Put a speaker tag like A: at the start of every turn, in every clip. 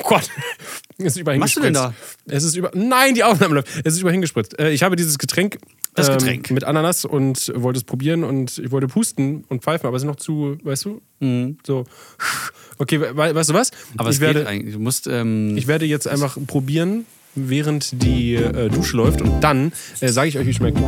A: Oh Gott. Es ist überall
B: Machst du denn
A: hingespritzt. Es ist über. Nein, die Aufnahme läuft. Es ist überall hingespritzt. Äh, ich habe dieses Getränk.
B: Das Getränk.
A: Ähm, mit Ananas und wollte es probieren und ich wollte pusten und pfeifen, aber es ist noch zu, weißt du? So. Okay, we we- weißt du was?
B: Mhm. Aber
A: ich
B: es
A: werde,
B: geht eigentlich. Du musst. Ähm,
A: ich werde jetzt einfach probieren, während die äh, Dusche läuft und dann äh, sage ich euch, wie es schmeckt.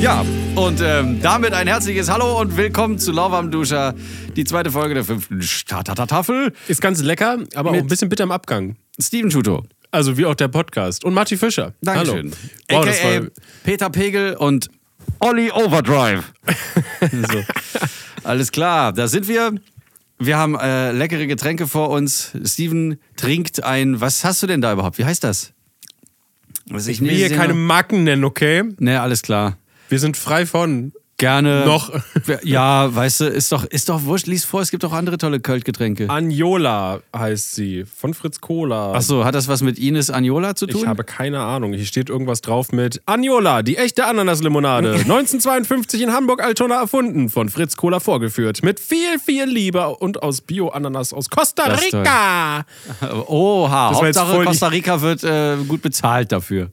B: ja, und ähm, damit ein herzliches Hallo und willkommen zu Lauwarm Duscher, die zweite Folge der fünften Starter-Tafel.
A: Ist ganz lecker, aber auch
B: Mit-
A: ein bisschen bitter im Abgang.
B: Steven Schuto.
A: Also wie auch der Podcast. Und Marty Fischer.
B: Dankeschön.
A: Hallo. Wow, das
B: AKA
A: war,
B: Peter Pegel und Olli Overdrive. so. Alles klar, da sind wir. Wir haben äh, leckere Getränke vor uns. Steven trinkt ein. Was hast du denn da überhaupt? Wie heißt das? Was ich
A: will hier keine Marken nennen, okay?
B: Ne, alles klar.
A: Wir sind frei von.
B: Gerne.
A: Noch.
B: Ja, weißt du, ist doch, ist doch wurscht. Lies vor, es gibt auch andere tolle Költgetränke.
A: Anjola heißt sie. Von Fritz Kohler.
B: Achso, hat das was mit Ines Aniola zu tun?
A: Ich habe keine Ahnung. Hier steht irgendwas drauf mit Anjola, die echte Ananaslimonade. 1952 in Hamburg-Altona erfunden, von Fritz Kohler vorgeführt. Mit viel, viel Liebe und aus Bio-Ananas aus Costa
B: Das ist toll.
A: Rica.
B: Oha,
A: Das war jetzt
B: Hauptsache
A: voll die- Hm.
B: Costa Rica wird äh, gut bezahlt dafür.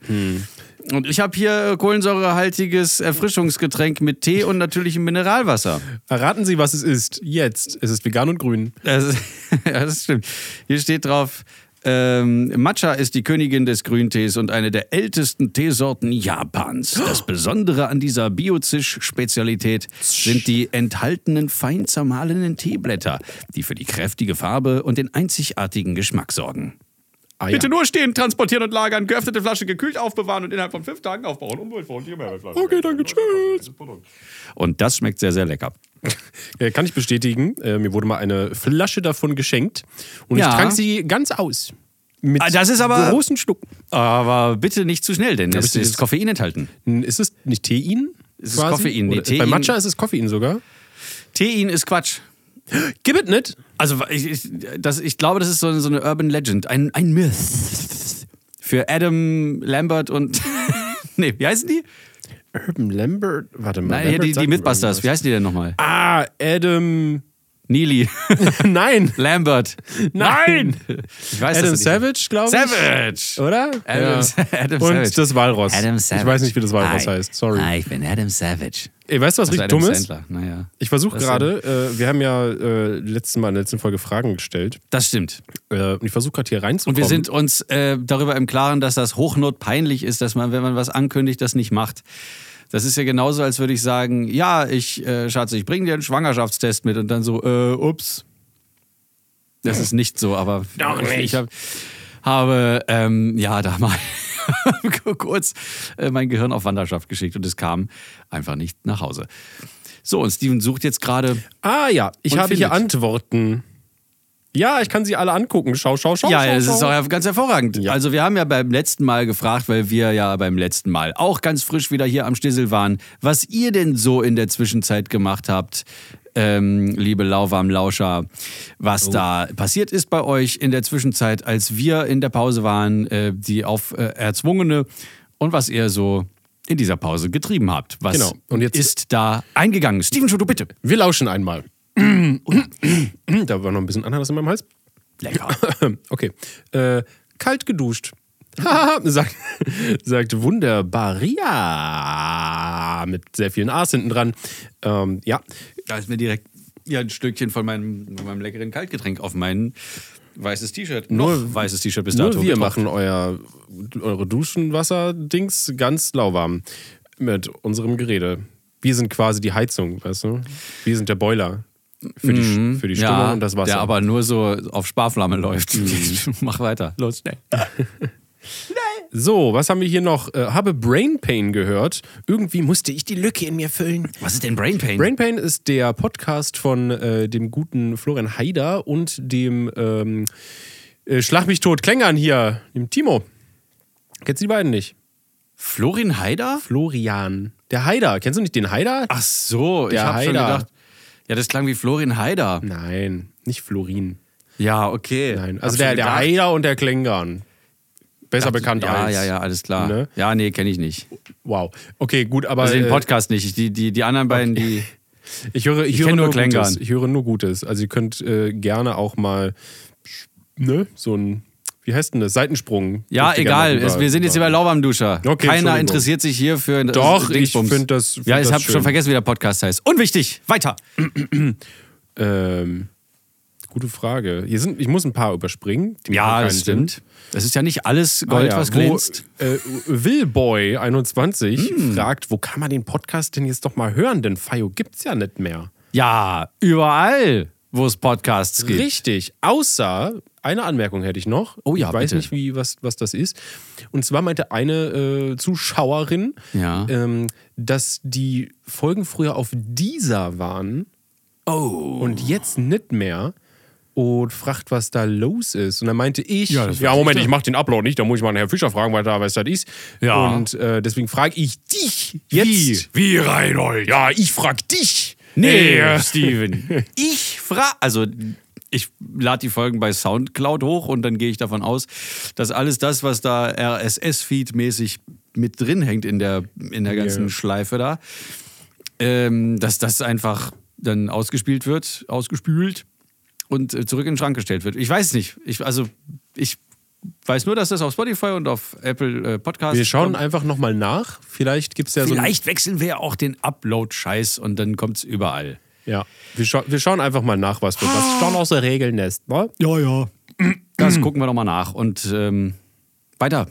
B: Und ich habe hier äh, kohlensäurehaltiges Erfrischungsgetränk mit Tee und natürlichem Mineralwasser.
A: Erraten Sie, was es ist. Jetzt. Es ist vegan und grün.
B: Das, ja, das stimmt. Hier steht drauf, ähm, Matcha ist die Königin des Grüntees und eine der ältesten Teesorten Japans. Das Besondere an dieser Biozisch-Spezialität sind die enthaltenen fein zermahlenen Teeblätter, die für die kräftige Farbe und den einzigartigen Geschmack sorgen.
A: Ah,
B: Bitte nur stehen, transportieren und lagern, geöffnete Flasche gekühlt aufbewahren und innerhalb von fünf Tagen aufbauen. Um Umweltfreundliche Mehrwertflasche.
A: Okay, danke, tschüss.
B: Und das schmeckt sehr, sehr lecker.
A: Äh, Kann ich bestätigen. Äh, mir wurde mal eine Flasche davon geschenkt. Und
B: Ja.
A: ich trank sie ganz aus. Mit
B: Ah, das ist aber-
A: großen Schluck.
B: Aber bitte nicht zu schnell, denn es
A: ich
B: ist
A: jetzt-
B: Koffein enthalten.
A: Ist es nicht Tein?
B: Es ist Koffein, nee,
A: Oder- Bei
B: Tein-
A: Matcha ist es Koffein sogar.
B: Tein ist Quatsch.
A: Gib it nicht.
B: Also ich, ich, das, ich glaube, das ist so, so eine Urban Legend. Ein, ein Myth. Für Adam Lambert und... nee, wie heißen die?
A: Urban Lambert, warte mal.
B: Nein, hier
A: Lambert
B: die,
A: sagt
B: die
A: mir
B: Mythbusters. Wie
A: irgendwas.
B: heißen die denn nochmal?
A: Ah, Adam.
B: Neely.
A: Nein.
B: Lambert.
A: Nein.
B: Ich weiß
A: Adam
B: das nicht.
A: Savage, glaube ich.
B: Savage.
A: Oder?
B: Adam, Adam
A: Und
B: Savage.
A: das Walross.
B: Adam Savage.
A: Ich weiß nicht, wie das Walross
B: Hi.
A: heißt. Sorry.
B: Hi, ich bin Adam Savage. Also
A: Ey, weißt du, was richtig
B: Adam
A: dumm ist?
B: Sandler. Naja.
A: Ich versuche
B: Was
A: gerade, äh, wir haben ja äh, letztes Mal in der letzten Folge Fragen gestellt.
B: Das stimmt.
A: Äh, und ich versuche gerade hier reinzukommen.
B: Und wir sind uns äh, darüber im Klaren, dass das hochnot peinlich ist, dass man, wenn man was ankündigt, das nicht macht. Das ist ja genauso, als würde ich sagen, ja, ich, äh, Schatz, ich bringe dir einen Schwangerschaftstest mit und dann so, äh, ups. Das ist nicht so, aber
A: Doch nicht.
B: ich hab, habe, ähm, ja, da mal kurz äh, mein Gehirn auf Wanderschaft geschickt und es kam einfach nicht nach Hause. So, und Steven sucht jetzt gerade
A: Ah ja, ich
B: Und
A: habe hier
B: findet.
A: Antworten. Ja, ich kann sie alle angucken. Schau, schau, schau.
B: Ja,
A: schau,
B: das
A: schau.
B: ist auch ganz hervorragend.
A: Ja.
B: Also wir haben ja beim letzten Mal gefragt, weil wir ja beim letzten Mal auch ganz frisch wieder hier am Stissel waren, was ihr denn so in der Zwischenzeit gemacht habt, ähm, liebe lauwarm Lauscher,
A: Oh.
B: was da passiert ist bei euch in der Zwischenzeit, als wir in der Pause waren, äh, die auf äh, erzwungene und was ihr so in dieser Pause getrieben habt. Was
A: Genau. Und jetzt-
B: ist da eingegangen? Steven Schuh, du bitte.
A: Wir lauschen einmal. da war noch ein bisschen Ananas in meinem Hals.
B: Lecker.
A: Okay. Äh, kalt geduscht. Haha, sagt, sagt Wunderbaria mit sehr vielen A's hinten dran. Ähm, ja,
B: Da ist mir direkt ja, ein Stückchen von meinem, von meinem leckeren Kaltgetränk auf mein weißes T-Shirt. Noch weißes T-Shirt bis dato.
A: nur wir
B: getroffen.
A: machen euer, eure Duschenwasser-Dings ganz lauwarm mit unserem Gerede. Wir sind quasi die Heizung, weißt du? Wir sind der Boiler für die, für die Stimmung
B: Mhm. ja,
A: und das Wasser. Mhm.
B: Der aber nur so auf Sparflamme läuft. Mach weiter. Los, schnell.
A: So, was haben wir hier noch? Äh, habe Brain Pain gehört. Irgendwie musste ich die Lücke in mir füllen.
B: Was ist denn Brain Pain?
A: Brain Pain ist der Podcast von äh, dem guten Florian Haider und dem ähm, äh, Schlag mich tot Klängern hier, dem Timo. Kennst du die beiden nicht?
B: Florin Haider?
A: Florian. Der Haider. Kennst du nicht den Haider?
B: Ach so, ich
A: Der
B: habe schon
A: Haider.
B: gedacht. Ja, das klang wie Florin Haider.
A: Nein, nicht Florin.
B: Ja, okay.
A: Nein,
B: Hab
A: also
B: schon
A: der, der
B: gedacht.
A: Haider und der Klängern. Besser bekannt
B: ja,
A: als.
B: Ja, ja, alles klar.
A: Ne?
B: Ja, nee, kenne ich nicht.
A: Wow. Okay, gut, aber.
B: Also den
A: äh,
B: Podcast nicht. Die, die, die anderen beiden, die.
A: Ich höre, ich höre
B: kenn
A: nur
B: nur Klängern.
A: Gutes. Ich höre nur Gutes. Also ihr könnt äh, gerne auch mal ne, so ein, wie heißt denn das? Seitensprung.
B: Ja,
A: Dürft ihr gerne
B: egal.
A: mal
B: Es, wir sind jetzt hier bei Lauwarm Duscher.
A: Okay,
B: Keiner
A: Entschuldigung.
B: interessiert sich hier für ein
A: Doch, ich
B: Dingsbums.
A: find das- find
B: ja, ich
A: das
B: habe
A: schön.
B: schon vergessen, wie der Podcast heißt. Unwichtig. Weiter.
A: Ähm, gute Frage. Hier sind, ich muss ein paar überspringen. die machen
B: Ja,
A: keinen
B: Ah, das stimmt.
A: Sinn.
B: Das ist ja nicht alles Gold,
A: Ah ja,
B: was glänzt. Mm.
A: Wo, äh, Willboy21 fragt, wo kann man den Podcast denn jetzt doch mal hören? Denn Fayo gibt's ja nicht mehr.
B: Ja, überall, wo es Podcasts gibt.
A: Richtig, außer eine Anmerkung hätte ich noch.
B: Oh ja,
A: Ich weiß
B: bitte.
A: nicht, wie, was, was das ist. Und zwar meinte eine äh, Zuschauerin,
B: Ja.
A: ähm, dass die Folgen früher auf dieser waren
B: Oh.
A: und jetzt nicht mehr. Und fragt, was da los ist. Und dann meinte ich,
B: Ja,
A: ja,
B: das
A: Moment, ich mache den Upload nicht, da muss ich mal den Herrn Fischer fragen, weil da weiß das ist.
B: Ja.
A: Und äh, deswegen frage ich dich jetzt.
B: Wie Reinhold?
A: Ja, ich frag dich.
B: Nee,
A: Äh,
B: Steven. Ich frage, also ich lade die Folgen bei Soundcloud hoch und dann gehe ich davon aus, dass alles das, was da RSS-Feed-mäßig mit drin hängt in der, in der ganzen
A: Ja.
B: Schleife da, ähm, dass das einfach dann ausgespielt wird, ausgespült und äh, zurück in den Schrank gestellt wird. Ich weiß nicht. Ich, also ich weiß nur, dass das auf Spotify und auf Apple äh, Podcasts
A: Wir schauen also
B: kommt.
A: einfach nochmal nach. Vielleicht gibt es ja so ein
B: Vielleicht wechseln wir ja auch den Upload-Scheiß und dann kommt es überall.
A: Ja, wir, scha wir schauen einfach mal nach, was wir was schon aus der Regeln lässt, ne?
B: Ja, ja. Das gucken wir doch mal nach. Und ähm, weiter.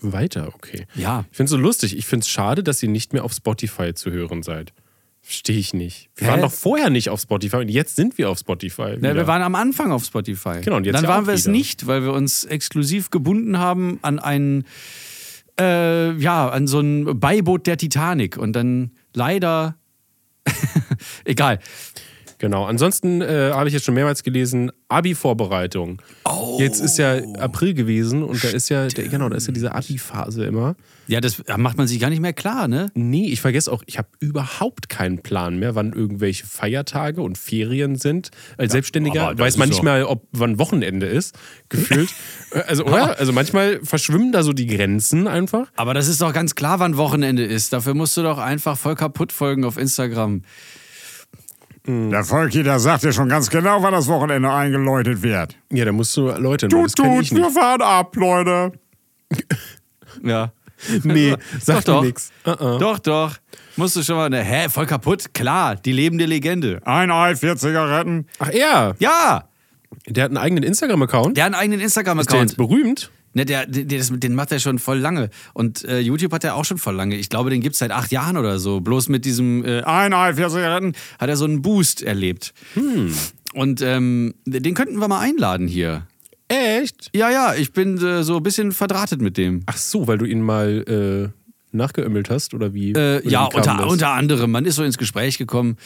A: Weiter, okay.
B: Ja.
A: Ich find's so lustig. Ich find's schade, dass ihr nicht mehr auf Spotify zu hören seid. Verstehe ich nicht. Wir
B: Hä?
A: waren doch vorher nicht auf Spotify und jetzt sind wir auf Spotify.
B: Ja,
A: wieder.
B: Ne, wir waren am Anfang auf Spotify.
A: Genau, und jetzt
B: Dann
A: ja
B: waren
A: auch
B: wir es
A: wieder.
B: nicht, weil wir uns exklusiv gebunden haben an einen, äh, ja, an so ein Beiboot der Titanic. Und dann leider. Egal.
A: genau. Ansonsten äh, habe ich jetzt schon mehrmals gelesen, Abi-Vorbereitung.
B: Oh.
A: Jetzt ist ja April gewesen und da ist ja, der, genau, da ist ja diese Abi-Phase immer.
B: Ja, das macht man sich gar nicht mehr klar, ne?
A: Nee, ich vergesse auch, ich habe überhaupt keinen Plan mehr, wann irgendwelche Feiertage und Ferien sind. Als
B: aber
A: Selbstständiger
B: das
A: weiß man
B: ist
A: nicht
B: doch-
A: mehr, ob wann Wochenende ist, gefühlt. also, oder? Also manchmal verschwimmen da so die Grenzen einfach.
B: Aber das ist doch ganz klar, wann Wochenende ist. Dafür musst du doch einfach voll kaputt folgen auf Instagram.
C: Der Volki, der sagt dir schon ganz genau, wann das Wochenende eingeläutet wird.
A: Ja, da musst du Leute machen,
C: Tut,
A: das kenn
C: tut,
A: ich nicht.
C: wir fahren ab, Leute.
B: Ja.
A: Nee, sag
B: doch,
A: doch
B: doch.
A: nichts.
B: Doch, doch. Musst du schon mal, ne, hä, voll kaputt? Klar, die lebende Legende.
C: Ein Ei, vier Zigaretten.
A: Ach, er,
B: Ja,
A: der hat einen eigenen Instagram-Account.
B: der hat einen eigenen
A: Ist der jetzt
B: Instagram-Account.
A: berühmt?
B: Ne, der, der, das, den macht er schon voll lange. Und äh, YouTube hat er auch schon voll lange. Ich glaube, den gibt es seit acht Jahren oder so. Bloß mit diesem äh,
C: Ein Ei, vier Zigaretten.
B: hat er so einen Boost erlebt. Und ähm, den könnten wir mal einladen hier.
A: Echt?
B: Ja, ja, ich bin äh, so ein bisschen verdrahtet mit dem.
A: Ach so, weil du ihn mal äh, nachgeömmelt hast oder wie?
B: Äh,
A: Oder
B: ja,
A: wie kam
B: unter,
A: das?
B: unter anderem. Man ist so ins Gespräch gekommen.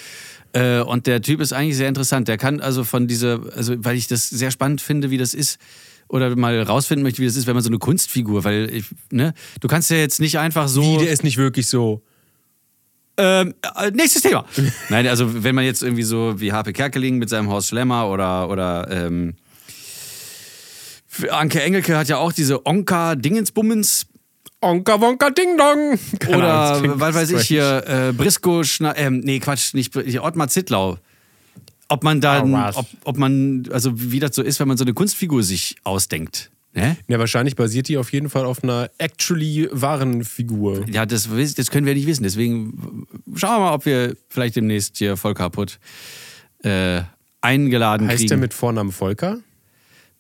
B: Äh, und der Typ ist eigentlich sehr interessant. Der kann also von dieser, also weil ich das sehr spannend finde, wie das ist. Oder mal rausfinden möchte, wie das ist, wenn man so eine Kunstfigur, weil ich, ne, du kannst ja jetzt nicht einfach so.
A: Wie, der ist nicht wirklich so.
B: Ähm, äh, nächstes Thema. Nein, also wenn man jetzt irgendwie so wie Harpe Kerkeling mit seinem Horst Schlemmer oder, oder ähm, Anke Engelke hat ja auch diese Onka-Dingensbummens
A: Onka Wonka Ding Dong. Keine Ahnung, das
B: oder
A: klingt
B: was weiß
A: strange.
B: ich hier, äh, Brisco, Schna ähm, nee, Quatsch, nicht Br- hier, Ottmar Zittlau. Ob man da,
A: Ah, was?
B: ob, ob man, also wie das so ist, wenn man so eine Kunstfigur sich ausdenkt. Ne?
A: Ja, wahrscheinlich basiert die auf jeden Fall auf einer actually wahren Figur.
B: Ja, das, wiss- das können wir nicht wissen. Deswegen schauen wir mal, ob wir vielleicht demnächst hier voll kaputt äh, eingeladen
A: Heißt
B: kriegen.
A: der mit Vornamen Volker?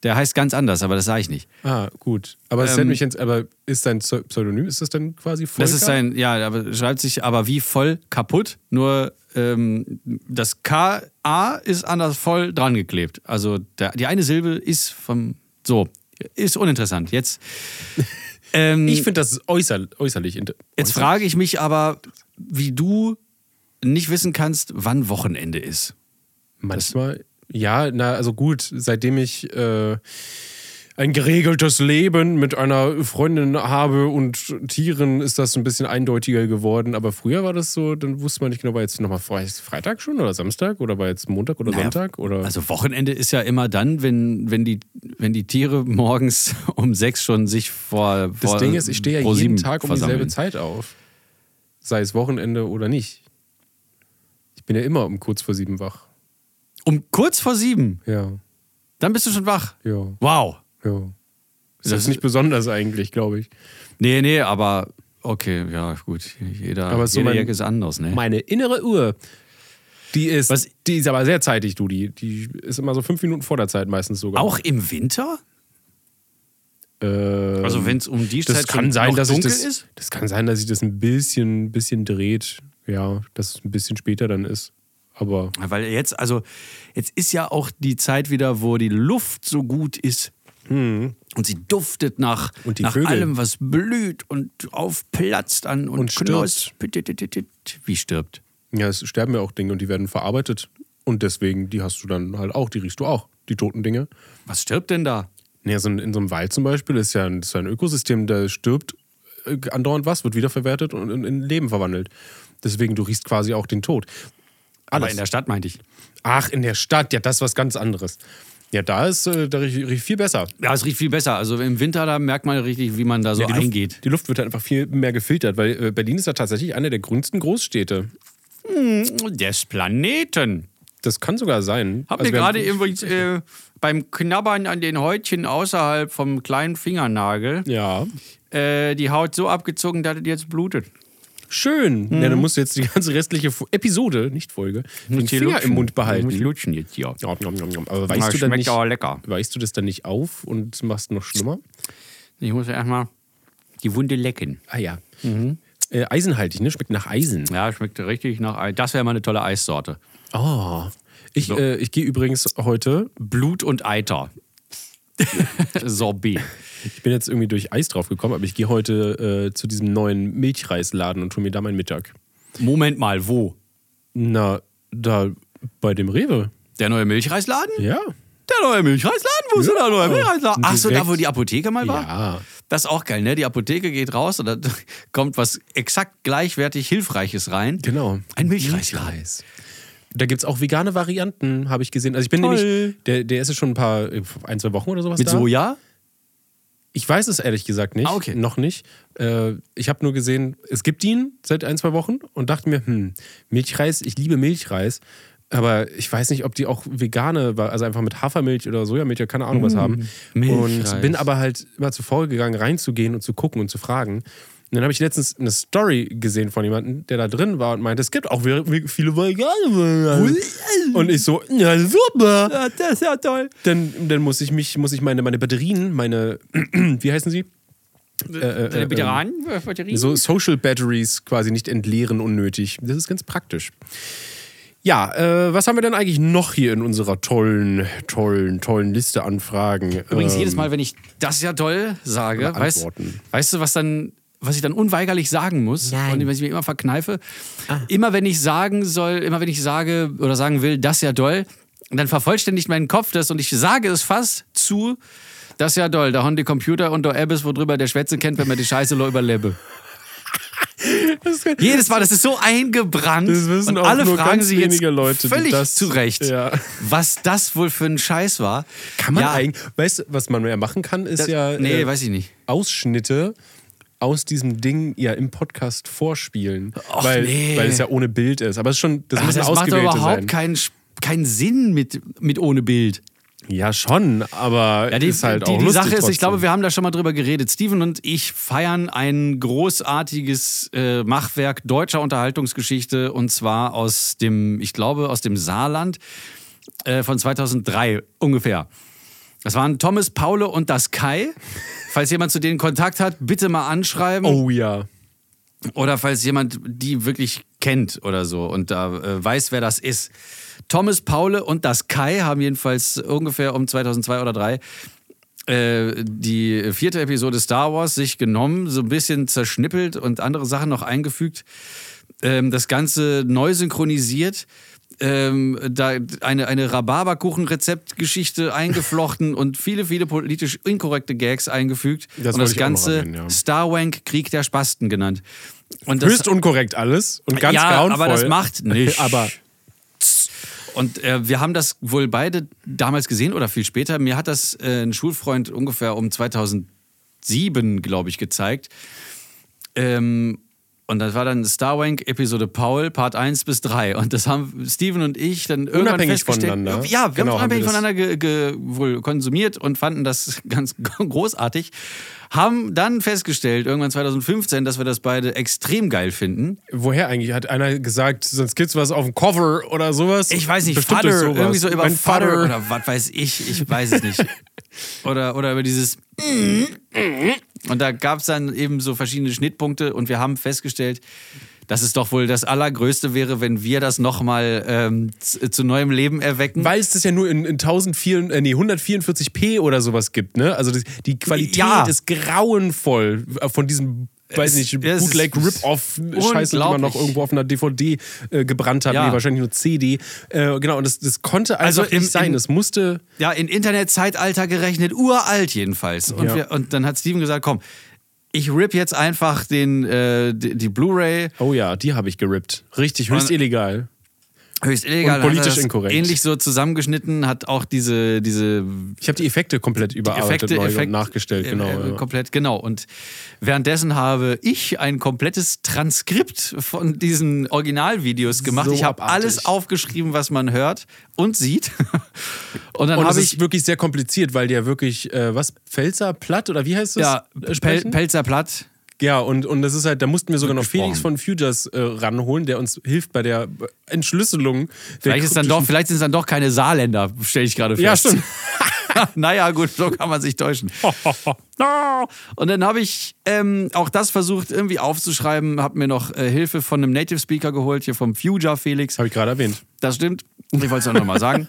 B: der heißt ganz anders, aber das sage ich nicht.
A: Ah, gut. Aber es hätte mich jetzt, aber ist sein Pse- Pseudonym, ist das dann quasi Volker?
B: Ähm. Das ist sein, ja, aber schreibt sich aber wie voll kaputt, nur ähm, das K-A ist an das voll dran geklebt. Also der, die eine Silbe ist vom, so, ist uninteressant. Jetzt, ähm,
A: Ich finde, das ist äußer, äußerlich. inter-
B: jetzt frage ich mich aber, wie du nicht wissen kannst, wann Wochenende ist.
A: Manchmal, ja, na, also gut, seitdem ich äh, ein geregeltes Leben mit einer Freundin habe und Tieren, ist das ein bisschen eindeutiger geworden. Aber früher war das so, dann wusste man nicht genau, war jetzt nochmal Fre- Freitag schon oder Samstag oder war jetzt Montag oder Sonntag oder.
B: Also Wochenende ist ja immer dann, wenn, wenn, die, wenn die Tiere morgens um sechs schon sich vor.
A: das
B: vor
A: Ding ist, ich stehe ja jeden
B: ProSieben
A: Tag um dieselbe Zeit auf. Sei es Wochenende oder nicht. Ich bin ja immer um kurz vor sieben wach.
B: Um kurz vor sieben.
A: Ja,
B: Dann bist du schon wach.
A: ja,
B: Wow.
A: ja. Ist das,
B: Das-
A: nicht besonders eigentlich, glaube ich.
B: Nee, nee, aber okay, ja, gut. Jeder,
A: Aber so
B: jede
A: mein-
B: Ecke ist anders, ne?
A: Meine innere Uhr, die ist,
B: Was-
A: die ist aber sehr zeitig, du. Die, die ist immer so fünf Minuten vor der Zeit meistens sogar.
B: Auch im Winter?
A: Ähm,
B: Also wenn es um die
A: das
B: Zeit
A: kann
B: schon
A: sein,
B: noch
A: dass ich
B: dunkel
A: das,
B: ist?
A: das kann sein, dass sich das ein bisschen, bisschen dreht. Ja, dass es ein bisschen später dann ist. Aber
B: Ja, Weil jetzt, also, jetzt ist ja auch die Zeit wieder, wo die Luft so gut ist. Und sie duftet nach,
A: Hm. Und die
B: nach
A: Vögel.
B: allem, was blüht und aufplatzt an und,
A: Und stirbt.
B: knospt. Wie stirbt?
A: ja, es sterben ja auch Dinge und die werden verarbeitet. Und deswegen, die hast du dann halt auch, die riechst du auch, die toten Dinge.
B: Was stirbt denn da?
A: Naja, so in, in so einem Wald zum Beispiel ist ja ein, ist ja ein Ökosystem, da stirbt äh, andauernd was, wird wiederverwertet und in, in Leben verwandelt. Deswegen, du riechst quasi auch den Tod.
B: Aber in der Stadt meinte ich.
A: Ach, in der Stadt, ja, das ist was ganz anderes. Ja, da ist, äh, da riecht riech viel besser.
B: Ja, es riecht viel besser. Also im Winter, da merkt man richtig, wie man da so
A: Ja, die
B: eingeht.
A: Luft, die Luft wird halt einfach viel mehr gefiltert, weil äh, Berlin ist ja tatsächlich eine der grünsten Großstädte.
B: Des Planeten.
A: Das kann sogar sein.
B: Hab
A: Also
B: mir
A: wir haben-
B: gerade übrigens äh, beim Knabbern an den Häutchen außerhalb vom kleinen Fingernagel
A: Ja.
B: äh, die Haut so abgezogen, dass es jetzt blutet.
A: Schön. Ja, dann musst du jetzt die ganze restliche Fo- Episode, Mhm. nicht Folge, den
B: hier
A: Finger im Mund behalten.
B: Muss ich lutschen jetzt hier.
A: Nom, nom, nom, nom. Ah, Aber
B: Na,
A: weißt du, dann
B: schmeckt
A: nicht,
B: aber lecker.
A: weißt du das dann nicht auf und machst noch schlimmer?
B: Ich muss erstmal die Wunde lecken.
A: Ah ja. Äh, eisenhaltig, ne? Schmeckt nach Eisen.
B: Ja, schmeckt richtig nach Eis. Das wäre mal eine tolle Eissorte.
A: Oh. Ich, äh, ich gehe übrigens heute,
B: Blut und Eiter. Sorbet.
A: ich bin jetzt irgendwie durch Eis drauf gekommen, aber ich gehe heute äh, zu diesem neuen Milchreisladen und hole mir da meinen Mittag.
B: Moment mal, wo?
A: Na, da bei dem Rewe.
B: Der neue Milchreisladen?
A: Ja.
B: Der neue Milchreisladen? Wo ist denn der neue Milchreisladen? Ach so, da
A: Direkt.
B: wo die Apotheke mal war?
A: Ja.
B: Das ist auch geil, ne? Die Apotheke geht raus und da kommt was exakt gleichwertig Hilfreiches rein.
A: Genau.
B: Ein Milchreisladen.
A: Da gibt es auch vegane Varianten, habe ich gesehen. Also ich bin
B: Toll.
A: nämlich, der, der ist jetzt schon ein paar, äh, ein, zwei Wochen oder sowas
B: Mit
A: da.
B: Soja?
A: Ich weiß es ehrlich gesagt nicht.
B: Ah, okay.
A: Noch nicht. Äh, ich habe nur gesehen, es gibt ihn seit ein, zwei Wochen und dachte mir, hm, Milchreis, ich liebe Milchreis. Aber ich weiß nicht, ob die auch vegane, war, also einfach mit Hafermilch oder Sojamilch oder keine Ahnung
B: Hm.
A: was haben.
B: Milchreis.
A: Und bin aber halt immer zu faul gegangen, reinzugehen und zu gucken und zu fragen. Und dann habe ich letztens eine Story gesehen von jemandem, der da drin war und meinte, es gibt auch wir- wir- viele vegane. Und ich so, ja super.
B: das ist ja toll.
A: Dann, dann muss ich mich, muss ich meine, meine Batterien, meine, wie heißen sie? äh,
B: Bitte ran. Batterien.
A: So Social Batteries quasi nicht entleeren unnötig. Das ist ganz praktisch. Ja, äh, was haben wir denn eigentlich noch hier in unserer tollen, tollen, tollen Liste an Fragen?
B: Übrigens,
A: Ähm,
B: jedes Mal, wenn ich das ist ja toll sage,
A: Alle
B: weißt,
A: Antworten.
B: weißt du, was dann, was ich dann unweigerlich sagen muss und was ich mir immer verkneife?
A: Ah.
B: Immer wenn ich sagen soll, immer wenn ich sage oder sagen will, das ist ja toll, dann vervollständigt mein Kopf das und ich sage es fast zu, das ist ja toll, da haben die Computer und der App ist, worüber der Schwätze kennt, wenn man die Scheiße nur überlebe. Jedes Mal, das ist so eingebrannt.
A: Das wissen
B: und
A: auch
B: alle
A: nur
B: fragen
A: ganz
B: sich jetzt
A: wenige Leute, die
B: völlig
A: das-
B: zu Recht,
A: Ja.
B: was das wohl für ein Scheiß war.
A: kann man
B: ja,
A: eigentlich, weißt du, was man ja machen kann, ist
B: Das,
A: ja
B: nee,
A: äh,
B: weiß ich nicht.
A: Ausschnitte aus diesem Ding ja im Podcast vorspielen,
B: Och,
A: weil,
B: nee.
A: weil es ja ohne Bild ist. Aber es ist schon, das
B: Ach,
A: müssen
B: das macht doch
A: ausgewählte
B: überhaupt
A: sein.
B: keinen, Sch- keinen Sinn mit, mit ohne Bild.
A: Ja schon, aber
B: Ja, die,
A: ist halt
B: die,
A: auch
B: die
A: lustig
B: Sache ist, ich
A: trotzdem.
B: glaube, wir haben da schon mal drüber geredet. Steven und ich feiern ein großartiges äh, Machwerk deutscher Unterhaltungsgeschichte und zwar aus dem, ich glaube, aus dem Saarland äh, von 2003 ungefähr. Das waren Thomas, Paule und das Kai. Falls jemand zu denen Kontakt hat, bitte mal anschreiben.
A: Oh ja.
B: Oder falls jemand die wirklich kennt oder so und da äh, weiß, wer das ist. Thomas Paule und das Kai haben jedenfalls ungefähr um 2002 oder 3 äh, die vierte Episode Star Wars sich genommen, so ein bisschen zerschnippelt und andere Sachen noch eingefügt, ähm, das Ganze neu synchronisiert. ähm, da eine, eine Rhabarberkuchen-Rezeptgeschichte eingeflochten und viele, viele politisch inkorrekte Gags eingefügt.
A: Das wollte
B: und das
A: ich auch noch
B: Ganze
A: erwähnen, ja.
B: Starwank Krieg der Spasten genannt. Und das,
A: Höchst unkorrekt alles und ganz
B: ja,
A: grauenvoll.
B: aber das macht nichts.
A: aber
B: Und äh, wir haben das wohl beide damals gesehen oder viel später. Mir hat das äh, ein Schulfreund ungefähr um 2007, glaube ich, gezeigt. Ähm, und das war dann Starwank Episode Paul Part 1 bis 3 und das haben Steven und ich dann irgendwann
A: Unabhängig
B: festgestellt.
A: voneinander.
B: Ja, wir
A: Genau, haben
B: haben
A: wir
B: unabhängig
A: das-
B: voneinander ge, ge, wohl konsumiert und fanden das ganz großartig. Haben dann festgestellt irgendwann 2015, dass wir das beide extrem geil finden.
A: woher eigentlich? Hat einer gesagt, sonst gibt's was auf dem Cover oder sowas?
B: Ich weiß nicht,
A: Bestimmt
B: Vater,
A: ist sowas.
B: irgendwie so über
A: mein
B: Vater
A: Vater.
B: oder was weiß ich, ich weiß es nicht. oder, oder über dieses und da gab es dann eben so verschiedene Schnittpunkte und wir haben festgestellt, dass es doch wohl das Allergrößte wäre, wenn wir das nochmal ähm, zu, zu neuem Leben erwecken.
A: weil es das ja nur in, in 1004, äh, nee, 144p oder sowas gibt, ne? Also das, die Qualität
B: Ja.
A: ist grauenvoll äh, von diesem, weiß
B: Es-
A: nicht,
B: es ist
A: Bootleg, Rip-Off, äh, Scheiße, die man noch
B: unglaublich.
A: irgendwo auf einer DVD äh, gebrannt hat,
B: Ja.
A: nee, wahrscheinlich nur CD. Äh, genau, und das, das konnte
B: Also
A: also
B: im-
A: nicht sein.
B: im-
A: Es musste.
B: ja, in Internetzeitalter gerechnet, uralt jedenfalls. Und,
A: Ja.
B: wir, und dann hat Steven gesagt, komm, ich rip jetzt einfach den, äh, die, die Blu-ray
A: Oh ja, die habe ich gerippt. Richtig, höchst
B: Und-
A: illegal.
B: höchst illegal.
A: Und
B: hat er
A: politisch
B: das
A: inkorrekt.
B: Ähnlich so zusammengeschnitten, hat auch diese, diese
A: Ich habe die Effekte komplett überarbeitet
B: Effekte,
A: neu
B: Effekt-
A: und nachgestellt,
B: äh,
A: genau.
B: äh,
A: ja.
B: Komplett, genau. Und währenddessen habe ich ein komplettes Transkript von diesen Originalvideos gemacht.
A: So
B: ich habe
A: abartig.
B: alles aufgeschrieben, was man hört und sieht. Und dann
A: Und es
B: habe
A: ist
B: ich
A: wirklich sehr kompliziert, weil der wirklich, äh, was, Pfälzer platt oder wie heißt das?
B: ja,
A: Äh,
B: Pel
A: sprechen?
B: Pelzer Platt.
A: Ja, und, und das ist halt, da mussten wir sogar noch
B: Gesprochen.
A: Felix von Futures äh, ranholen, der uns hilft bei der Entschlüsselung. Der
B: Vielleicht, ist dann doch, vielleicht sind es dann doch keine Saarländer, stelle ich gerade fest.
A: Ja, stimmt.
B: naja, gut, so kann man sich täuschen. No. Und dann habe ich ähm, auch das versucht, irgendwie aufzuschreiben, habe mir noch äh, Hilfe von einem Native Speaker geholt, hier vom Future Felix.
A: Habe ich gerade erwähnt.
B: Das stimmt. Ich wollte es auch nochmal sagen,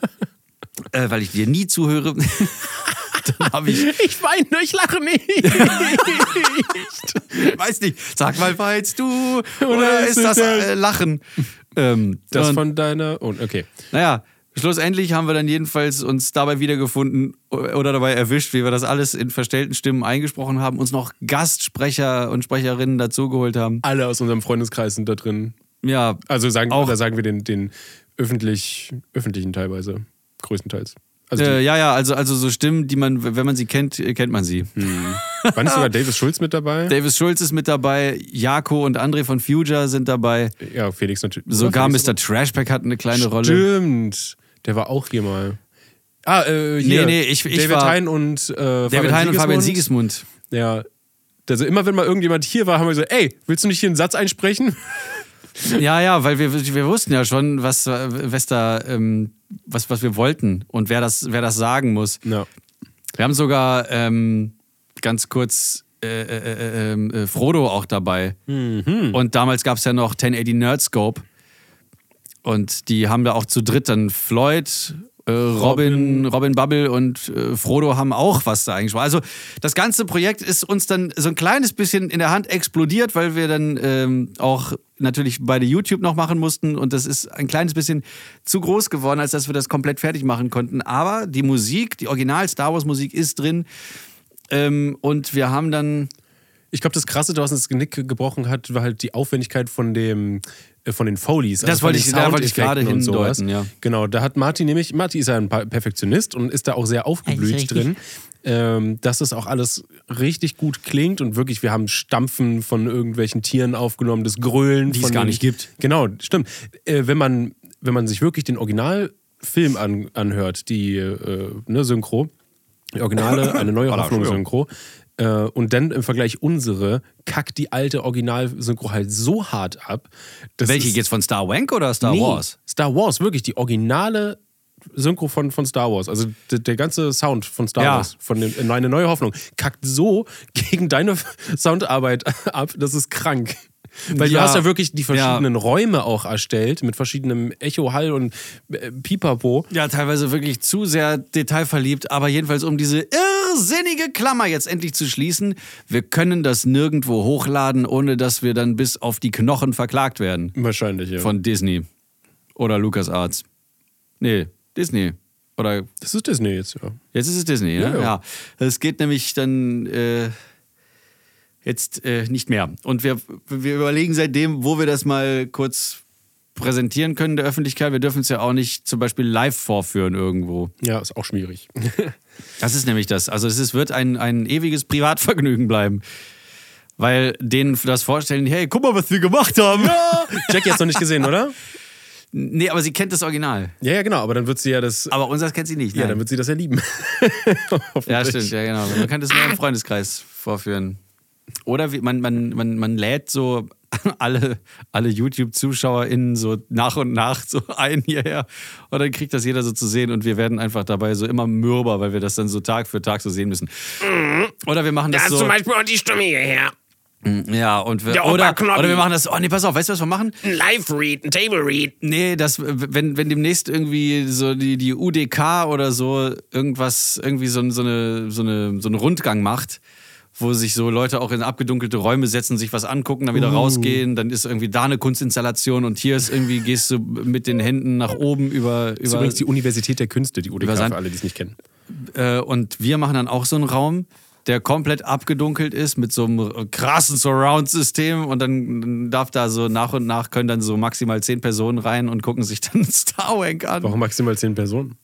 B: äh, weil ich dir nie zuhöre. dann habe ich,
A: Ich weine, ich lache nicht.
B: weiß nicht, sag mal, weinst du oder, ist das äh, Lachen? Ähm,
A: Das
B: und-
A: von deiner. Oh, okay.
B: Naja, schlussendlich haben wir dann jedenfalls uns dabei wiedergefunden oder dabei erwischt, wie wir das alles in verstellten Stimmen eingesprochen haben, uns noch Gastsprecher und Sprecherinnen dazugeholt haben.
A: Alle aus unserem Freundeskreis sind da drin.
B: Ja,
A: Also sagen,
B: Auch-
A: oder sagen wir den, den öffentlich, öffentlichen teilweise. Größtenteils. Also die,
B: äh, ja, ja, also, also so Stimmen, die man, wenn man sie kennt, äh, kennt man sie.
A: Hm. wann ist sogar Davis Schulz mit dabei?
B: Davis Schulz ist mit dabei, Jako und André von Future sind dabei.
A: ja, Felix natürlich.
B: Sogar
A: Felix
B: Mr. Trashback hat eine kleine Rolle.
A: Stimmt. Der war auch hier mal. Ah, äh, hier.
B: Nee, nee, ich- ich
A: David
B: war-
A: Hein und äh,
B: David Hein und Fabian Siegesmund.
A: Ja. Also immer wenn mal irgendjemand hier war, haben wir gesagt, ey, willst du nicht hier einen Satz einsprechen?
B: Ja, ja, weil wir, wir wussten ja schon, was, äh, was da, ähm, was, was wir wollten und wer das, wer das sagen muss.
A: Ja.
B: Wir haben sogar ähm, ganz kurz äh, äh, äh, ähm, äh, Frodo auch dabei. Und damals gab es ja noch 1080 Nerdscope. Und die haben da auch zu dritt dann Floyd, äh, Robin, Robin Bubble und äh, Frodo haben auch was da eigentlich war. Also das ganze Projekt ist uns dann so ein kleines bisschen in der Hand explodiert, weil wir dann ähm, auch natürlich beide YouTube noch machen mussten. Und das ist ein kleines bisschen zu groß geworden, als dass wir das komplett fertig machen konnten. Aber die Musik, die Original-Star Wars-Musik ist drin. Ähm, und wir haben dann
A: Ich glaube, das Krasse, was uns das Genick gebrochen hat, war halt die Aufwendigkeit von dem äh, von den Foley's.
B: Das wollte ich-
A: von den
B: da wollte ich gerade
A: Soundeffekten und sowas.
B: hindeuten, ja.
A: Genau, da hat Martin nämlich, Martin ist ja ein Pa- Perfektionist und ist da auch sehr aufgeblüht drin, ähm, dass das auch alles richtig gut klingt und wirklich, wir haben Stampfen von irgendwelchen Tieren aufgenommen, das Grölen.
B: Die es
A: von
B: gar
A: den-
B: nicht gibt.
A: Genau, stimmt. Äh, wenn, man, wenn man sich wirklich den Originalfilm an, anhört, die äh, ne, Synchro, die Originale, eine neue Hoffnung Synchro, äh, und dann im Vergleich unsere, kackt die alte Original-Synchro halt so hart ab. dass
B: Welche
A: es-
B: jetzt von Star Wank oder Star
A: Nee,
B: Wars?
A: Star Wars, wirklich, die originale Synchro von, von Star Wars. Also der, der ganze Sound von Star
B: Ja.
A: Wars, von dem, äh, eine neue Hoffnung, kackt so gegen deine Soundarbeit ab, das ist krank. Weil
B: Ja.
A: du hast ja wirklich die
B: Ja.
A: verschiedenen Räume auch erstellt, mit verschiedenem Echo, Hall und äh, Pipapo.
B: Ja, teilweise wirklich zu sehr detailverliebt, aber jedenfalls um diese irrsinnige Klammer jetzt endlich zu schließen, wir können das nirgendwo hochladen, ohne dass wir dann bis auf die Knochen verklagt werden
A: Wahrscheinlich, ja.
B: von Disney Oder LucasArts. Nee, Disney. Oder
A: Das ist Disney jetzt, ja.
B: jetzt ist es Disney, ne?
A: Ja, ja.
B: Ja. Es geht nämlich dann äh, jetzt äh, nicht mehr. Und wir, wir überlegen seitdem, wo wir das mal kurz präsentieren können der Öffentlichkeit. Wir dürfen es ja auch nicht zum Beispiel live vorführen irgendwo.
A: Ja, ist auch schwierig.
B: Das ist nämlich das. Also es ist, wird ein, ein ewiges Privatvergnügen bleiben. Weil denen das vorstellen, hey, guck mal, was wir gemacht haben.
A: Jackie hat's noch nicht gesehen, oder?
B: Nee, aber sie kennt das Original.
A: Ja, ja, genau, aber dann wird sie ja das.
B: Aber unseres kennt sie nicht.
A: Ja,
B: nein.
A: dann wird sie das ja lieben.
B: Ja, stimmt, ja, genau. Man kann das nur im Freundeskreis vorführen. Oder wie, man, man, man, man lädt so alle, alle YouTube-ZuschauerInnen so nach und nach so ein hierher. Und dann kriegt das jeder so zu sehen und wir werden einfach dabei so immer mürber, weil wir das dann so Tag für Tag so sehen müssen. Oder wir machen das
A: Also
B: so.
D: Beispiel auch die Stimme hierher.
B: Ja, und wir,
D: Der
B: oder,
D: Oberknoppi.
B: oder wir machen das. so, Oh nee, pass auf, weißt du, was wir machen?
D: Ein Live-Read, ein Table-Read.
B: Nee, das, wenn, wenn demnächst irgendwie so die, die UDK oder so irgendwas, irgendwie so, ein- so, eine, so, eine, so einen Rundgang macht, wo sich so Leute auch in abgedunkelte Räume setzen, sich was angucken, dann wieder rausgehen, dann ist irgendwie da eine Kunstinstallation und hier ist irgendwie, gehst du mit den Händen nach oben über.
A: Das ist
B: über
A: übrigens die Universität der Künste, die UDK,
B: Sand-
A: für alle, die es nicht kennen.
B: äh, und wir machen dann auch so einen Raum, der komplett abgedunkelt ist mit so einem krassen Surround-System und dann darf da so nach und nach können dann so maximal zehn Personen rein und gucken sich dann Star Wank an.
A: Warum maximal zehn Personen?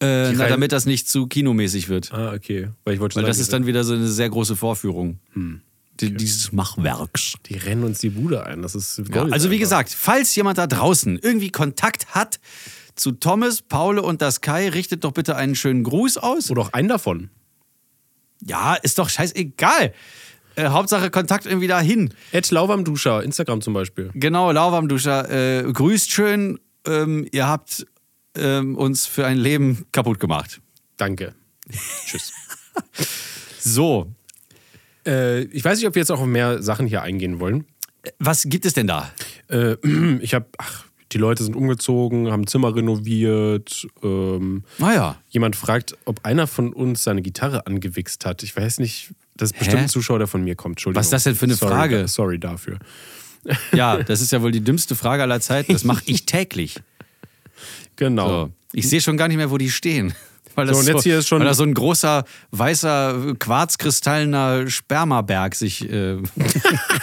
B: Äh, na,
A: rein-
B: damit das nicht zu kinomäßig wird.
A: Ah, okay. Weil ich wollte schon
B: Weil das
A: sagen,
B: ist dann wieder so eine sehr große Vorführung
A: Hm.
B: die, dieses Machwerks.
A: die rennen uns die Bude ein. Das ist Gold
B: Ja, also wie
A: einfach.
B: gesagt, falls jemand da draußen irgendwie Kontakt hat zu Thomas, Paule und das Kai, richtet doch bitte einen schönen Gruß aus.
A: Oder auch einen davon.
B: Ja, ist doch scheißegal. Äh, Hauptsache Kontakt irgendwie dahin.
A: Ed Lauwarm Duscher, Instagram zum Beispiel.
B: Genau, Lauwarmduscher, äh, grüßt schön. Ähm, ihr habt ähm, uns für ein Leben kaputt gemacht.
A: Danke. Tschüss.
B: So,
A: Äh, ich weiß nicht, ob wir jetzt auch auf mehr Sachen hier eingehen wollen.
B: was gibt es denn da?
A: Äh, ich habe, ach, die Leute sind umgezogen, haben Zimmer renoviert. Ähm,
B: Naja.
A: jemand fragt, ob einer von uns seine Gitarre angewichst hat. Ich weiß nicht, das ist bestimmt ein Zuschauer, der von mir kommt. Entschuldigung.
B: Was ist das denn für eine
A: sorry,
B: Frage?
A: Da, sorry dafür.
B: Ja, das ist ja wohl die dümmste Frage aller Zeiten. Das mache ich täglich.
A: Genau.
B: So. Ich sehe schon gar nicht mehr, wo die stehen. Weil das,
A: So, und jetzt hier ist schon-
B: weil da so ein großer, weißer, quarzkristallener Spermaberg sich äh,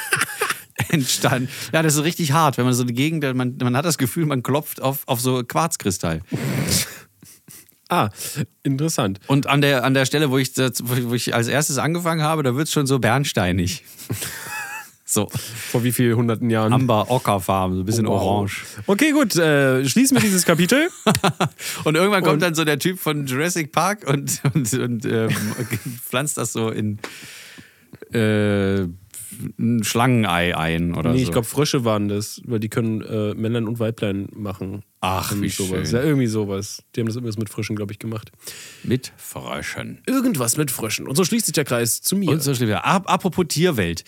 B: entstand. Ja, das ist richtig hart, wenn man so eine Gegend, man, man hat das Gefühl, man klopft auf, auf so Quarzkristall.
A: Ah, interessant.
B: Und an der, an der Stelle, wo ich, das- wo ich- wo ich als erstes angefangen habe, da wird es schon so bernsteinig. So,
A: Vor wie vielen hunderten Jahren?
B: Amber, Ockerfarben, so ein bisschen orange.
A: Okay, gut. Äh, schließen wir dieses Kapitel.
B: Und irgendwann kommt dann so der Typ von Jurassic Park und, und, und ähm, pflanzt das so in äh, ein Schlangenei ein oder
A: Nee,
B: so.
A: ich glaube, Frösche waren das, weil die können äh, Männlein und Weiblein machen.
B: Ach,
A: Und
B: wie
A: sowas.
B: schön.
A: Ja, irgendwie sowas. Die haben das irgendwas mit Fröschen, glaube ich, gemacht.
B: Mit Fröschen.
A: Irgendwas mit Fröschen. Und so schließt sich der Kreis zu mir.
B: Und so schlimm. Ap apropos Tierwelt.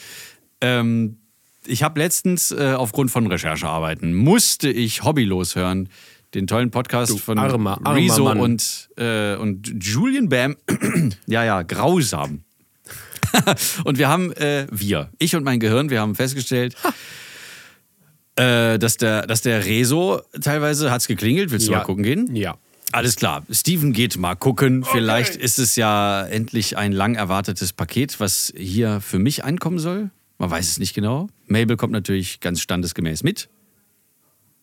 B: Ähm, ich habe letztens äh, aufgrund von Recherchearbeiten musste ich hobbylos hören den tollen Podcast von
A: armer, armer
B: Rezo
A: Mann.
B: und äh, und Julian Bam. ja, ja, grausam. und wir haben äh, wir, ich und mein Gehirn, wir haben festgestellt, äh, dass der dass der Rezo teilweise hat's geklingelt, willst du
A: Ja.
B: mal gucken gehen?
A: Ja.
B: Alles klar. Steven geht mal gucken. Vielleicht ist es ja endlich ein lang erwartetes Paket, was hier für mich ankommen soll. Man weiß es nicht genau. Mabel kommt natürlich ganz standesgemäß mit.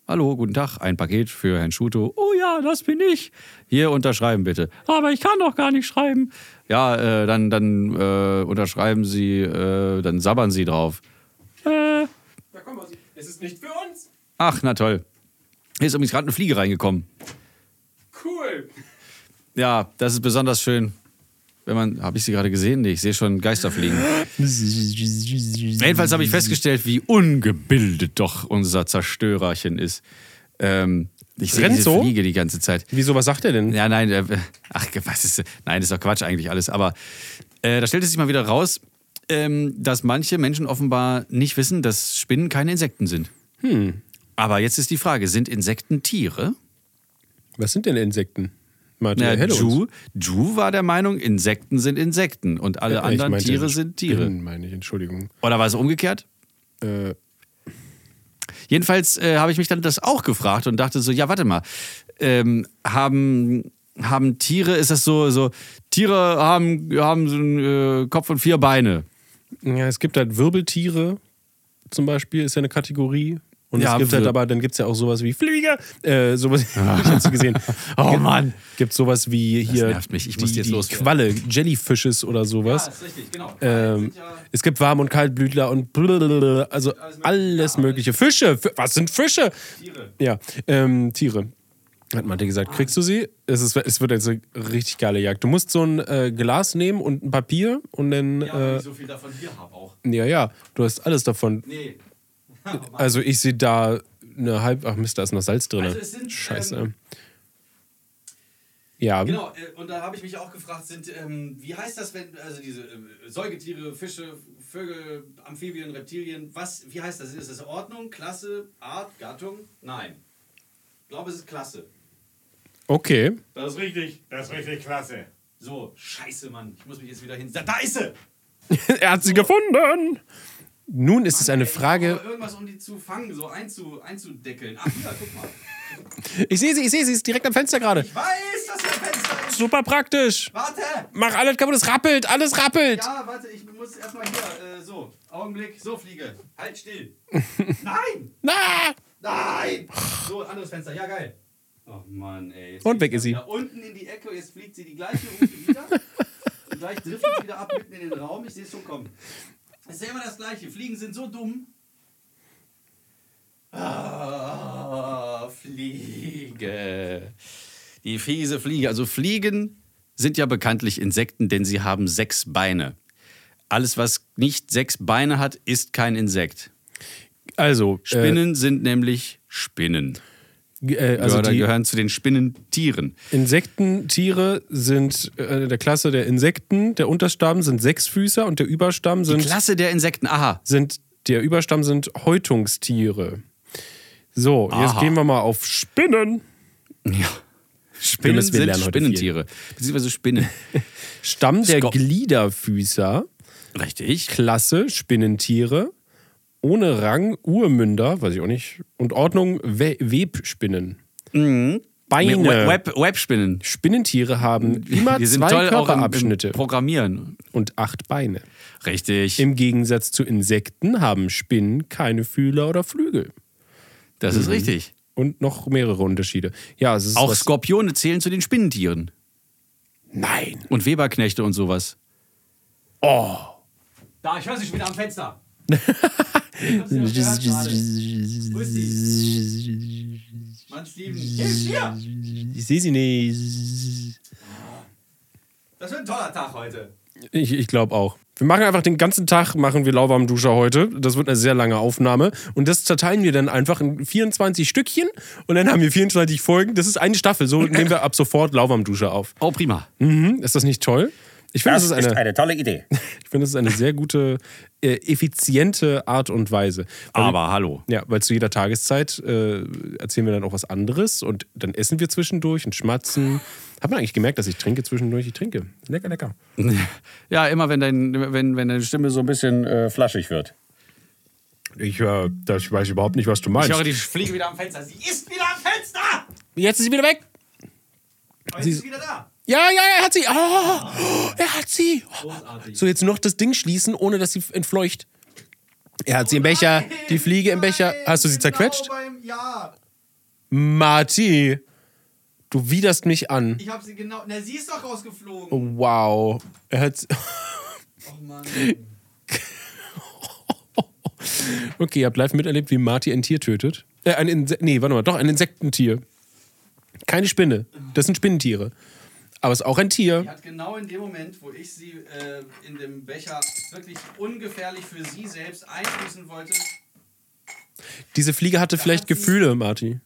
B: Hallo, guten Tag. Ein Paket für Herrn Schuto. Oh ja, das bin ich. Hier unterschreiben bitte. Aber ich kann doch gar nicht schreiben. Ja, äh, dann, dann äh, unterschreiben Sie, äh, dann sabbern Sie drauf. Äh,
A: Es ist nicht für uns.
B: Ach, na toll. Hier ist übrigens gerade eine Fliege reingekommen.
A: Cool.
B: Ja, das ist besonders schön. Wenn man, habe ich sie gerade gesehen? Nee, ich sehe schon Geister fliegen. Jedenfalls habe ich festgestellt, wie ungebildet doch unser Zerstörerchen ist. Ähm, ich sehe
A: Rennt
B: diese
A: so?
B: Fliege die ganze Zeit.
A: Wieso, was sagt er denn?
B: Ja, nein, äh, ach, was ist, nein, ist doch Quatsch eigentlich alles. Aber äh, da stellte sich mal wieder raus, ähm, dass manche Menschen offenbar nicht wissen, dass Spinnen keine Insekten sind.
A: Hm.
B: Aber jetzt ist die Frage, sind Insekten Tiere?
A: Was sind denn Insekten? Martin,
B: Na,
A: erhelle uns.
B: Ju, Ju war der Meinung, Insekten sind Insekten und alle
A: Ja, Äh, ich
B: Äh, anderen
A: meinte
B: Tiere
A: Spinnen,
B: sind Tiere.
A: meine ich, Entschuldigung.
B: Oder war es umgekehrt?
A: Äh,
B: Jedenfalls äh, habe ich mich dann das auch gefragt und dachte so, ja, warte mal, ähm, haben, haben Tiere, ist das so, so Tiere haben, haben so einen äh, Kopf und vier Beine.
A: Ja, es gibt halt Wirbeltiere zum Beispiel, ist ja eine Kategorie. Und
B: Ja,
A: es gibt halt
B: wir-
A: aber, dann gibt es ja auch sowas wie Flieger, äh, sowas, hab ich jetzt gesehen.
B: Oh,
A: Gibt-
B: Mann.
A: Gibt sowas wie hier
B: nervt mich. Ich muss
A: die,
B: jetzt
A: die
B: loswerden.
A: Qualle, Jellyfishes oder sowas.
B: richtig, genau.
A: ähm, es gibt Warm- und Kaltblütler und blablabla, also alles mögliche. Fische, Fi- was sind Fische? Tiere. Ja, ähm, Tiere. Hat Mathe gesagt, kriegst du sie? Es, ist, es wird jetzt eine richtig geile Jagd. Du musst so ein äh, Glas nehmen und ein Papier und dann, ja, äh,
B: so viel davon hier habe auch.
A: ja, ja, du hast alles davon.
B: Nee.
A: Also ich sehe da eine halb. Ach Mist, da ist noch Salz drin.
B: Also es sind,
A: Scheiße.
B: ähm,
A: ja.
B: Genau, äh, und da habe ich mich auch gefragt, sind, ähm, wie heißt das, wenn, also diese ähm, Säugetiere, Fische, Vögel, Amphibien, Reptilien, was, wie heißt das? Ist das Ordnung, Klasse, Art, Gattung? Nein. Ich glaube, es ist Klasse.
A: Okay.
B: Das ist richtig.
C: Das ist richtig klasse.
B: So, scheiße, Mann, ich muss mich jetzt wieder hin. Da, da ist sie!
A: er hat sie gefunden. Nun ist es eine
B: Ey, ich
A: Frage.
B: brauche Irgendwas, um die zu fangen, so einzu, einzudeckeln. Ach, hier, guck mal.
A: Ich sehe sie, ich sehe sie, ist direkt am Fenster gerade.
B: Ich weiß, dass hier ein Fenster ist.
A: Super praktisch.
B: Warte!
A: Mach alles kaputt, es rappelt, alles rappelt.
B: Ja, warte, ich muss erstmal hier, äh, so, Augenblick, so fliege. Halt still. Nein!
A: Na!
B: Nein! So, anderes Fenster. Ja, geil. Oh Mann, ey. Jetzt
A: Und
B: geht's
A: weg ist
B: dann
A: sie.
B: wieder Unten in die Ecke, jetzt fliegt sie die gleiche Route wieder. und gleich driftet sie wieder ab mitten in den Raum. Ich sehe es schon kommen. Es ist ja immer das Gleiche. Fliegen sind so dumm. Ah, Fliege. Die fiese Fliege. Also Fliegen sind ja bekanntlich Insekten, denn sie haben sechs Beine. Alles, was nicht sechs Beine hat, ist kein Insekt.
A: Also,
B: Spinnen sind nämlich Spinnen.
A: äh, äh, also
B: Oder
A: die
B: gehören zu den Spinnentieren.
A: Insektentiere sind äh, der Klasse der Insekten, der Unterstamm sind Sechsfüßer und der Überstamm sind
B: Klasse der Insekten. Aha.
A: sind, der Überstamm sind Häutungstiere. So, jetzt
B: Aha.
A: gehen wir mal auf Spinnen.
B: Ja.
A: Wir
B: Spinnen
A: müssen- wir
B: sind
A: lernen heute
B: Spinnentiere. Beziehungsweise Spinnen.
A: Stamm der
B: Skop-
A: Gliederfüßer,
B: Richtig.
A: Klasse Spinnentiere, ohne Rang Urmünder, weiß ich auch nicht, und Ordnung We Webspinnen. Beine.
B: Mhm. Web, Webspinnen.
A: Spinnentiere haben immer
B: Wir sind
A: zwei
B: toll auch im,
A: Körperabschnitte
B: im Programmieren.
A: und acht Beine.
B: Richtig.
A: Im Gegensatz zu Insekten haben Spinnen keine Fühler oder Flügel.
B: das ist richtig.
A: Und noch mehrere Unterschiede. Ja, es ist
B: Auch
A: was-
B: Skorpione zählen zu den Spinnentieren.
A: Nein.
B: Und Weberknechte und sowas.
A: Oh.
B: Da, ich höre sie schon wieder am Fenster. Mann, Steven. Hier, hier.
A: Ich sehe sie nicht.
B: Das wird ein toller Tag heute.
A: Ich, ich glaube auch. Wir machen einfach den ganzen Tag, machen wir lauwarm Duscher heute. Das wird eine sehr lange Aufnahme. Und das zerteilen wir dann einfach in 24 Stückchen. Und dann haben wir 24 Folgen. Das ist eine Staffel. So nehmen wir ab sofort lauwarm Duscher auf.
B: Oh, prima.
A: Mhm. Ist das nicht toll? Ich finde, das, ist eine,
E: tolle Idee.
A: ich finde, das ist eine sehr gute, äh, effiziente Art und Weise. Weil-
B: Aber hallo.
A: Ja, weil zu jeder Tageszeit äh, erzählen wir dann auch was anderes und dann essen wir zwischendurch und schmatzen. Hat man eigentlich gemerkt, dass ich trinke zwischendurch? Ich trinke. Lecker, lecker.
B: Ja, immer wenn, dein, wenn, wenn deine Stimme so ein bisschen.
E: äh, flaschig wird.
A: Ich, äh, das, ich weiß überhaupt nicht, was du meinst.
B: Ich höre die Fliege wieder am Fenster. Sie ist wieder am Fenster!
A: Jetzt ist sie wieder weg.
B: Aber jetzt ist sie wieder da. Ah.
A: Ja, ja, er hat sie. Oh, er hat sie.
B: Großartig.
A: So, jetzt noch das Ding schließen, ohne dass sie entfleucht. Er hat sie im Becher,
B: Oh
A: die Fliege im Becher. Hast du sie zerquetscht?
B: Genau beim, ja,
A: Marti, du widerst mich an.
B: ich habe sie genau. Na, sie ist doch
A: Oh.
B: rausgeflogen.
A: Wow. Er hat.
B: Oh Mann.
A: Okay, ihr habt live miterlebt, wie Marty ein Tier tötet. Äh, ein Inse nee, warte mal, doch, ein Insektentier. Keine Spinne. Das sind Spinnentiere. Aber es ist auch ein
B: Die
A: Tier.
B: hat genau in dem Moment, wo ich sie äh, in dem Becher wirklich ungefährlich für sie selbst einschließen wollte,
A: Diese Fliege hatte vielleicht
B: hat sie-
A: Gefühle, Marty.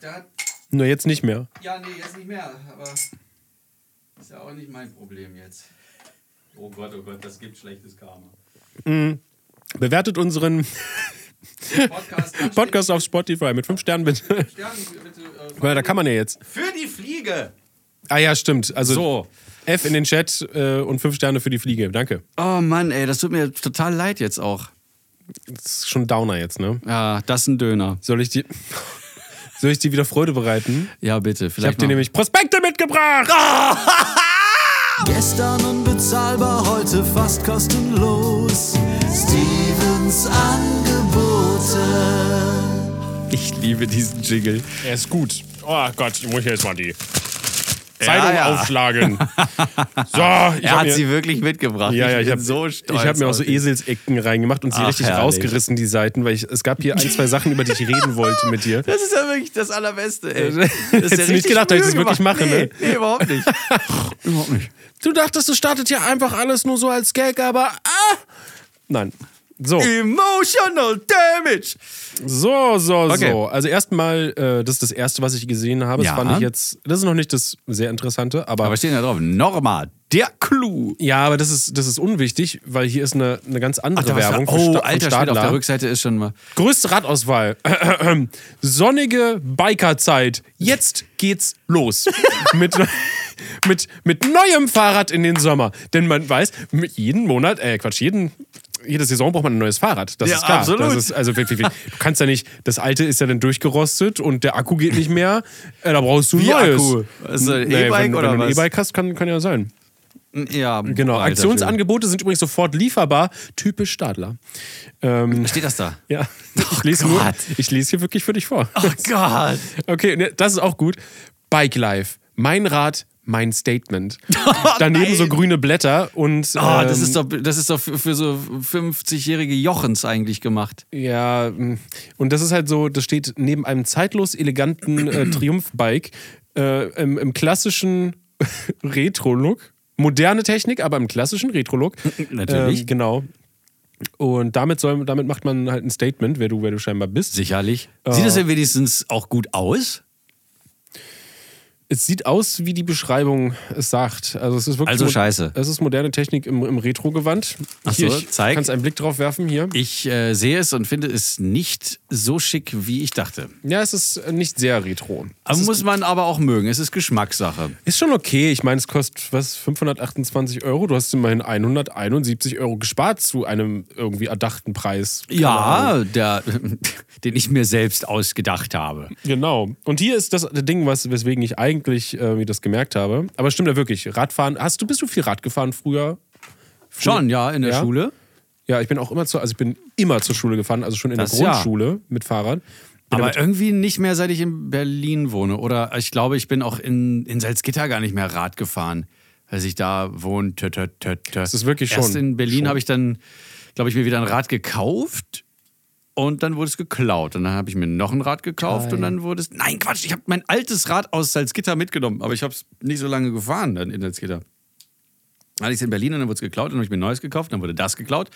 B: da hat.
A: Nur jetzt nicht mehr.
B: Ja, nee, jetzt nicht mehr. Aber. Ist ja auch nicht mein Problem jetzt. Oh Gott, oh Gott, das gibt schlechtes Karma.
A: Bewertet unseren
B: Podcast.
A: Podcast auf Spotify mit 5 Sternen bitte.
B: Sterne, bitte, äh,
A: Weil da kann man ja jetzt.
B: Für die Fliege!
A: Ah ja, stimmt. Also
B: So.
A: F in den Chat äh, und 5 Sterne für die Fliege. Danke.
B: Oh Mann, ey, das tut mir total leid jetzt auch.
A: Das ist schon ein Downer jetzt, ne?
B: Ah, das ist ein Döner.
A: Soll ich die. Soll ich dir wieder Freude bereiten?
B: Ja, bitte.
A: Ich habe
B: Vielleicht
A: dir nämlich Prospekte mitgebracht.
E: Gestern unbezahlbar, heute fast kostenlos. Stevens Angebote.
B: Ich liebe diesen Jingle.
A: Er ist gut. Oh Gott, ich muss jetzt mal die Zeitung
B: ja.
A: aufschlagen. So, ich
B: Er
A: hab
B: hat
A: mir-
B: sie wirklich mitgebracht.
A: Ja, ja, ich
B: bin
A: habe
B: so stolz.
A: hab mir auch
B: auf
A: so
B: den.
A: Eselsecken reingemacht und sie
B: Ach,
A: richtig
B: herrlich.
A: rausgerissen, die Seiten, weil ich, es gab hier ein, zwei Sachen, über die ich reden wollte mit dir.
B: Das ist ja wirklich das Allerbeste, ey.
A: Hättest du ne? nicht gedacht, dass ich das wirklich mache,
B: nee,
A: ne?
B: Nee, überhaupt nicht.
A: Du dachtest, du startet ja einfach alles nur so als Gag, aber ah! Nein. So,
B: Emotional Damage.
A: so, so,
B: Okay.
A: so. Also erstmal, äh, das ist das Erste, was ich gesehen habe.
B: Ja.
A: Das fand ich jetzt, das ist noch nicht das sehr Interessante, aber...
B: Aber steht da drauf, Norma, der Clou.
A: ja, aber das ist, das ist unwichtig, weil hier ist eine, eine ganz andere Werbung. für
B: oh,
A: Sta- für
B: alter Schwede, auf
A: Stadler.
B: der Rückseite ist schon mal...
A: Größte Radauswahl. Sonnige Bikerzeit. Jetzt geht's los. mit, mit, mit neuem Fahrrad in den Sommer. Denn man weiß, mit jeden Monat, äh, Quatsch, jeden. Jede Saison braucht man ein neues Fahrrad. Das
B: Ja,
A: ist klar.
B: absolut.
A: Das ist, also, wie- wie- wie- du kannst ja nicht, das alte ist ja dann durchgerostet und der Akku geht nicht mehr. Äh, da brauchst du ein
B: Wie
A: neues.
B: Akku? Also ein
A: Naja,
B: E-Bike
A: wenn,
B: oder
A: wenn du ein
B: was?
A: E-Bike hast, kann, kann ja sein.
B: Ja,
A: Genau.
B: alter Schwede.
A: Aktionsangebote sind übrigens sofort lieferbar. Typisch Stadler. Ähm,
B: Steht das da?
A: ja, ich lese, nur,
B: Oh Gott.
A: ich lese hier wirklich für dich vor.
B: Oh Gott.
A: Okay, ne, das ist auch gut. Bike Life, mein Rat, mein Statement. Daneben so
B: Oh, nein.
A: grüne Blätter und.
B: Oh,
A: ähm,
B: das ist doch, das ist doch für, für so 50-jährige Jochens eigentlich gemacht.
A: Ja, mh. und das ist halt so, das steht neben einem zeitlos eleganten äh, Triumph-Bike äh, im, im klassischen Retro-Look. Moderne Technik, aber im klassischen Retro-Look.
B: Natürlich.
A: Ähm, genau. Und damit, soll, damit macht man halt ein Statement, wer du, wer du scheinbar bist.
B: Sicherlich.
A: Äh,
B: Sieht das denn wenigstens auch gut aus?
A: Es sieht aus, wie die Beschreibung es sagt. Also es ist wirklich
B: Also
A: mod-
B: scheiße.
A: Es ist moderne Technik im, im Retro-Gewand.
B: Ach
A: Hier,
B: so,
A: ich
B: zeig.
A: Kannst einen Blick drauf werfen hier.
B: Ich äh, sehe es und finde es nicht so schick, wie ich dachte.
A: Ja, es ist nicht sehr retro.
B: Aber muss man aber auch mögen. Es ist Geschmackssache.
A: Ist schon okay. Ich meine, es kostet was 528 Euro. Du hast immerhin 171 Euro gespart zu einem irgendwie erdachten Preis. Keine Ahnung.
B: Ja, der, den ich mir selbst ausgedacht habe.
A: Genau. Und hier ist das Ding, was, weswegen ich eigentlich äh, mir das gemerkt habe. Aber stimmt ja wirklich. Radfahren. Hast du bist du viel Rad gefahren früher?
B: Schon, ja, in der
A: Ja?
B: Schule.
A: Ja, ich bin auch immer zur, also ich bin immer zur Schule gefahren, also schon in
B: Das
A: der
B: ja.
A: Grundschule mit Fahrrad. Bin
B: Aber
A: damit-
B: irgendwie nicht mehr, seit ich in Berlin wohne. Oder ich glaube, ich bin auch in, in Salzgitter gar nicht mehr Rad gefahren, als ich da wohnte. tö, tö, tö.
A: Das ist wirklich
B: Erst
A: schon-
B: in Berlin
A: schon.
B: habe ich dann, glaube ich, mir wieder ein Rad gekauft. Und dann wurde es geklaut. Und dann habe ich mir noch ein Rad gekauft. Und dann wurde es. Nein, Quatsch, ich habe mein altes Rad aus Salzgitter mitgenommen. Aber ich habe es nicht so lange gefahren dann in Salzgitter. Dann hatte ich es in Berlin und dann wurde es geklaut. Und dann habe ich mir ein neues gekauft. Dann wurde das geklaut.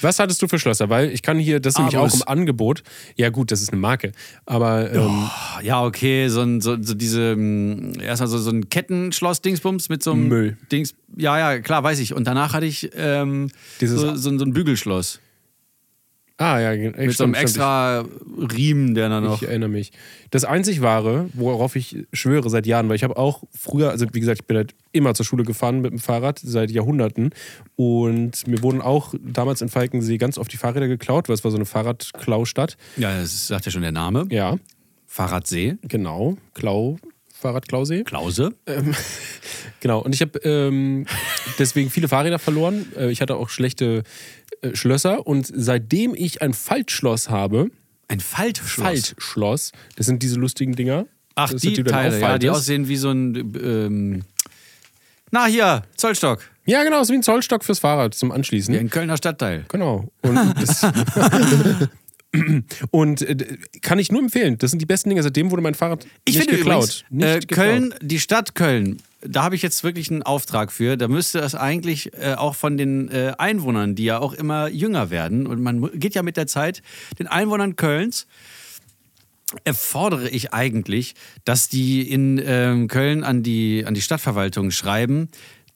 A: was hattest du für Schlösser? Weil ich kann hier, das ist nämlich
B: Aber
A: auch
B: es-
A: im Angebot. Ja, gut, das ist eine Marke. Aber ähm,
B: Oh, Ja, okay, so, ein, so, so diese, mm, erstmal so, so ein Kettenschloss-Dingsbums mit so einem
A: Müll.
B: Dings. Ja, ja, klar, weiß ich. Und danach hatte ich ähm,
A: Dieses-
B: so, so, ein- so ein Bügelschloss.
A: ah ja,
B: Mit so einem extra Riemen, der da noch.
A: Ich erinnere mich. Das einzig wahre, worauf ich schwöre seit Jahren, weil ich habe auch früher, also wie gesagt, ich bin halt immer zur Schule gefahren mit dem Fahrrad seit Jahrhunderten und mir wurden auch damals in Falkensee ganz oft die Fahrräder geklaut, weil es war so eine Fahrradklaustadt.
B: ja, das sagt ja schon der Name.
A: Ja,
B: Fahrradsee,
A: genau. Klau, Fahrradklausee.
B: Klause.
A: Ähm, Genau, und ich habe ähm, deswegen viele Fahrräder verloren. Äh, Ich hatte auch schlechte äh, Schlösser und seitdem ich ein Faltschloss habe,
B: Ein Faltschloss.
A: Faltschloss, das sind diese lustigen Dinger.
B: Ach,
A: das
B: die,
A: sind, du dann
B: Teile, ja, die
A: auffaltest.
B: aussehen wie so ein. Ähm, na, hier, Zollstock.
A: Ja, genau, ist wie ein Zollstock fürs Fahrrad zum Anschließen.
B: Wie ein Kölner Stadtteil.
A: Genau. Und, das und äh, kann ich nur empfehlen. Das sind die besten Dinge. Seitdem wurde mein Fahrrad
B: Ich
A: nicht
B: finde
A: geklaut.
B: übrigens, äh,
A: geklaut.
B: Köln, die Stadt Köln, da habe ich jetzt wirklich einen Auftrag für. Da müsste das eigentlich äh, auch von den äh, Einwohnern, die ja auch immer jünger werden, und man mu- geht ja mit der Zeit, den Einwohnern Kölns erfordere ich eigentlich, dass die in ähm, Köln an die, an die Stadtverwaltung schreiben,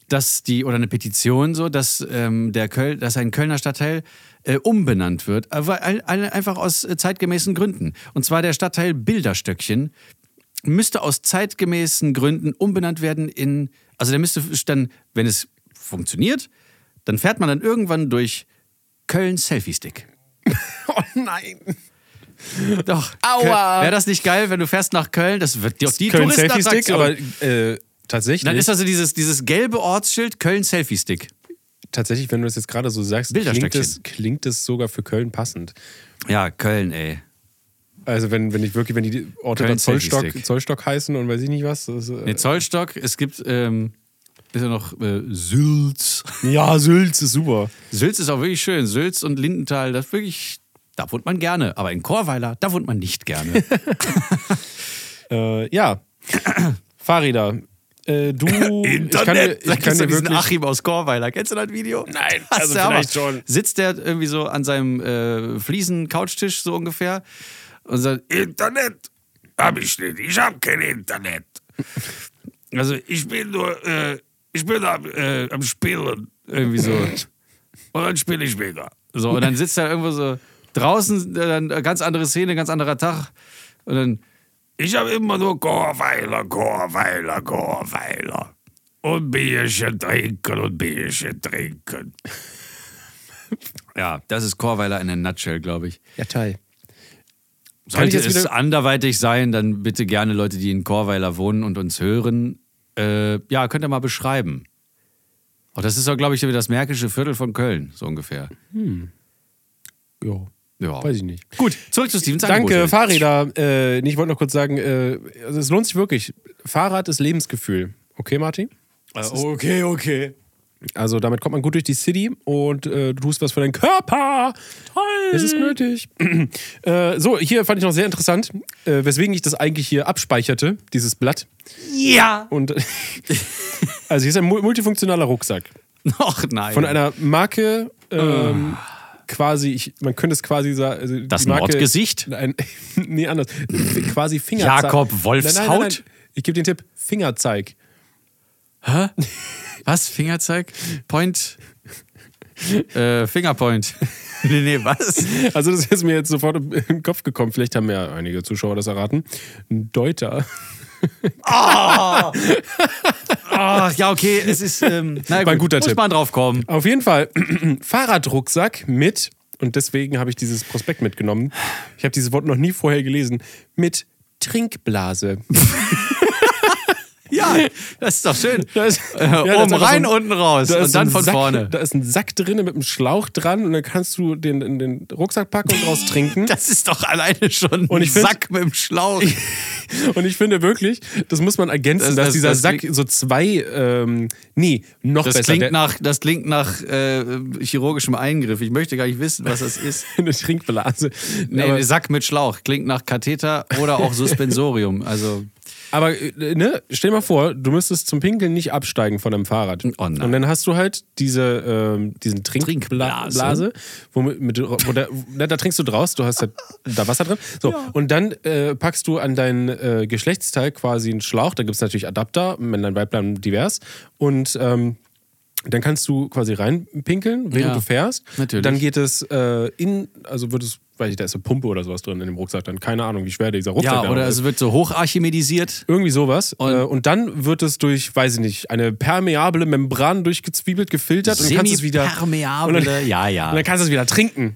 B: dass die, oder eine Petition so, dass, ähm, der Köln, dass ein Kölner Stadtteil äh, umbenannt wird, aber ein, ein, einfach aus äh, zeitgemäßen Gründen. Und zwar der Stadtteil Bilderstöckchen müsste aus zeitgemäßen Gründen umbenannt werden in, also der müsste dann, wenn es funktioniert, dann fährt man dann irgendwann durch Köln Selfie Stick.
A: oh nein.
B: Doch.
A: Aua.
B: Wäre das nicht geil, wenn du fährst nach Köln? Das wird doch die
A: Köln Selfie Stick,
B: Touristenattraktion.
A: aber äh, tatsächlich,
B: Dann ist also dieses, dieses gelbe Ortsschild Köln Selfie Stick.
A: tatsächlich, wenn du das jetzt gerade so sagst, klingt
B: Bilderstöckchen.
A: es, klingt es sogar für Köln passend.
B: Ja, Köln, ey.
A: Also wenn, wenn ich wirklich, wenn die Orte
B: Köln
A: dann Zollstock,
B: Selfie-Stick.
A: Zollstock heißen und weiß ich nicht was. Das, äh,
B: Ne, Zollstock, es gibt ähm, ist ja noch äh, Sülz.
A: ja, Sülz ist super.
B: Sülz ist auch wirklich schön. Sülz und Lindenthal, das wirklich, da wohnt man gerne. Aber in Chorweiler, da wohnt man nicht gerne.
A: Äh, ja. Fahrräder. Äh, du, ich kann dir, ich
B: Da gibt's
A: kann
B: ja
A: dir
B: diesen
A: wirklich,
B: Achim aus Chorweiler. Kennst du das Video?
D: Nein,
B: Das
D: also
B: ist der Hammer.
D: vielleicht schon.
B: Sitzt der irgendwie so an seinem äh, Fliesen-Couchtisch so ungefähr und sagt,
D: Internet hab ich nicht. Ich hab kein Internet.
B: also
D: Ich bin nur, äh, ich bin am, äh, am Spielen.
B: irgendwie so.
D: Und dann spiele ich mega.
B: So, und dann sitzt er irgendwo so draußen, äh, dann ganz andere Szene, ganz anderer Tag. Und dann,
D: Ich hab immer nur Chorweiler, Chorweiler, Chorweiler. Und Bierchen trinken und Bierchen trinken.
B: ja, das ist Chorweiler in der Nutshell, glaube ich.
A: ja, Teil. Kann ich
B: Sollte
A: jetzt
B: es
A: wieder-
B: anderweitig sein, dann bitte gerne Leute, die in Chorweiler wohnen und uns hören. Äh, ja, könnt ihr mal beschreiben. Auch das ist doch, glaube ich, wieder das märkische Viertel von Köln, so ungefähr.
A: Ja.
B: Ja.
A: Weiß ich nicht.
B: Gut, zurück zu Stevens
A: Danke,
B: Angebote.
A: Fahrräder. Äh, nee, ich wollte noch kurz sagen, äh, also es lohnt sich wirklich. Fahrrad ist Lebensgefühl. Okay, Martin? Äh,
B: Okay, okay.
A: Also damit kommt man gut durch die City und äh, du tust was für deinen Körper. Toll. Es ist nötig. äh, so, hier fand ich noch sehr interessant, äh, weswegen ich das eigentlich hier abspeicherte, dieses Blatt.
B: Ja.
A: Und also hier ist ein mu- multifunktionaler Rucksack
B: Noch nein.
A: von einer Marke. Ähm, Quasi, ich, man könnte es quasi sagen. Also die
B: Das
A: Marke-
B: Mordgesicht?
A: Nein, nee, anders. Quasi Fingerzeig.
B: Jakob
A: Nein, nein, nein,
B: Wolfshaut?
A: nein. Ich gebe den Tipp: Fingerzeig.
B: was? Fingerzeig? Point? äh, Fingerpoint. nee, nee, was?
A: Also das ist mir jetzt sofort im im Kopf gekommen. Vielleicht haben ja einige Zuschauer das erraten. Ein Deuter.
B: Ah, ja, okay, es ist. Ähm, na gut,
A: ein guter
B: muss
A: Tipp.
B: man drauf kommen.
A: Auf jeden Fall Fahrradrucksack mit, und deswegen habe ich dieses Prospekt mitgenommen. Ich habe dieses Wort noch nie vorher gelesen. Mit Trinkblase.
B: Ja, das ist doch schön.
A: Da ist-
B: Äh,
A: Ja, da ist
B: oben
A: einfach so ein-
B: rein, unten raus
A: da ist
B: und dann
A: ein
B: von
A: Sack,
B: vorne.
A: Da ist ein Sack drin mit einem Schlauch dran und dann kannst du den in den Rucksack packen und raus trinken.
B: Das ist doch alleine schon
A: Und ich
B: ein
A: find-
B: Sack mit dem Schlauch.
A: Und ich finde wirklich, das muss man ergänzen,
B: Das-
A: dass
B: das-
A: dieser
B: das
A: Sack
B: klingt-
A: so zwei, ähm, nee, noch
B: Das
A: besser.
B: klingt
A: Der-
B: nach, das klingt nach äh, chirurgischem Eingriff. Ich möchte gar nicht wissen, was das ist.
A: eine Trinkblase.
B: Nee,
A: Aber-
B: Sack mit Schlauch klingt nach Katheter oder auch Suspensorium. Also
A: Aber äh, ne, stell dir mal vor, du müsstest zum Pinkeln nicht absteigen von einem Fahrrad.
B: Oh nein.
A: Und dann hast du halt diese, ähm, diesen Trinkblase,
B: Trinkblase.
A: Blase, wo, mit, mit- wo da, na, da trinkst du draus, du hast da, da Wasser drin. So, und dann äh, packst du an dein äh, Geschlechtsteil quasi einen Schlauch, da gibt es natürlich Adapter, Männlein, Weiblein, divers. Und ähm, dann kannst du quasi reinpinkeln, während
B: Ja,
A: du fährst.
B: natürlich.
A: Dann geht es äh, in, also wird es, weiß ich, da ist eine Pumpe oder sowas drin in dem Rucksack, dann keine Ahnung, wie schwer dieser Rucksack
B: ja,
A: dann
B: oder
A: ist.
B: es wird so hocharchimedisiert.
A: Irgendwie sowas. Und, äh, und dann wird es durch, weiß ich nicht, eine permeable Membran durchgezwiebelt, gefiltert und kannst es wieder.
B: Semipermeable,
A: und dann-
B: ja, ja.
A: Und dann kannst du es wieder trinken.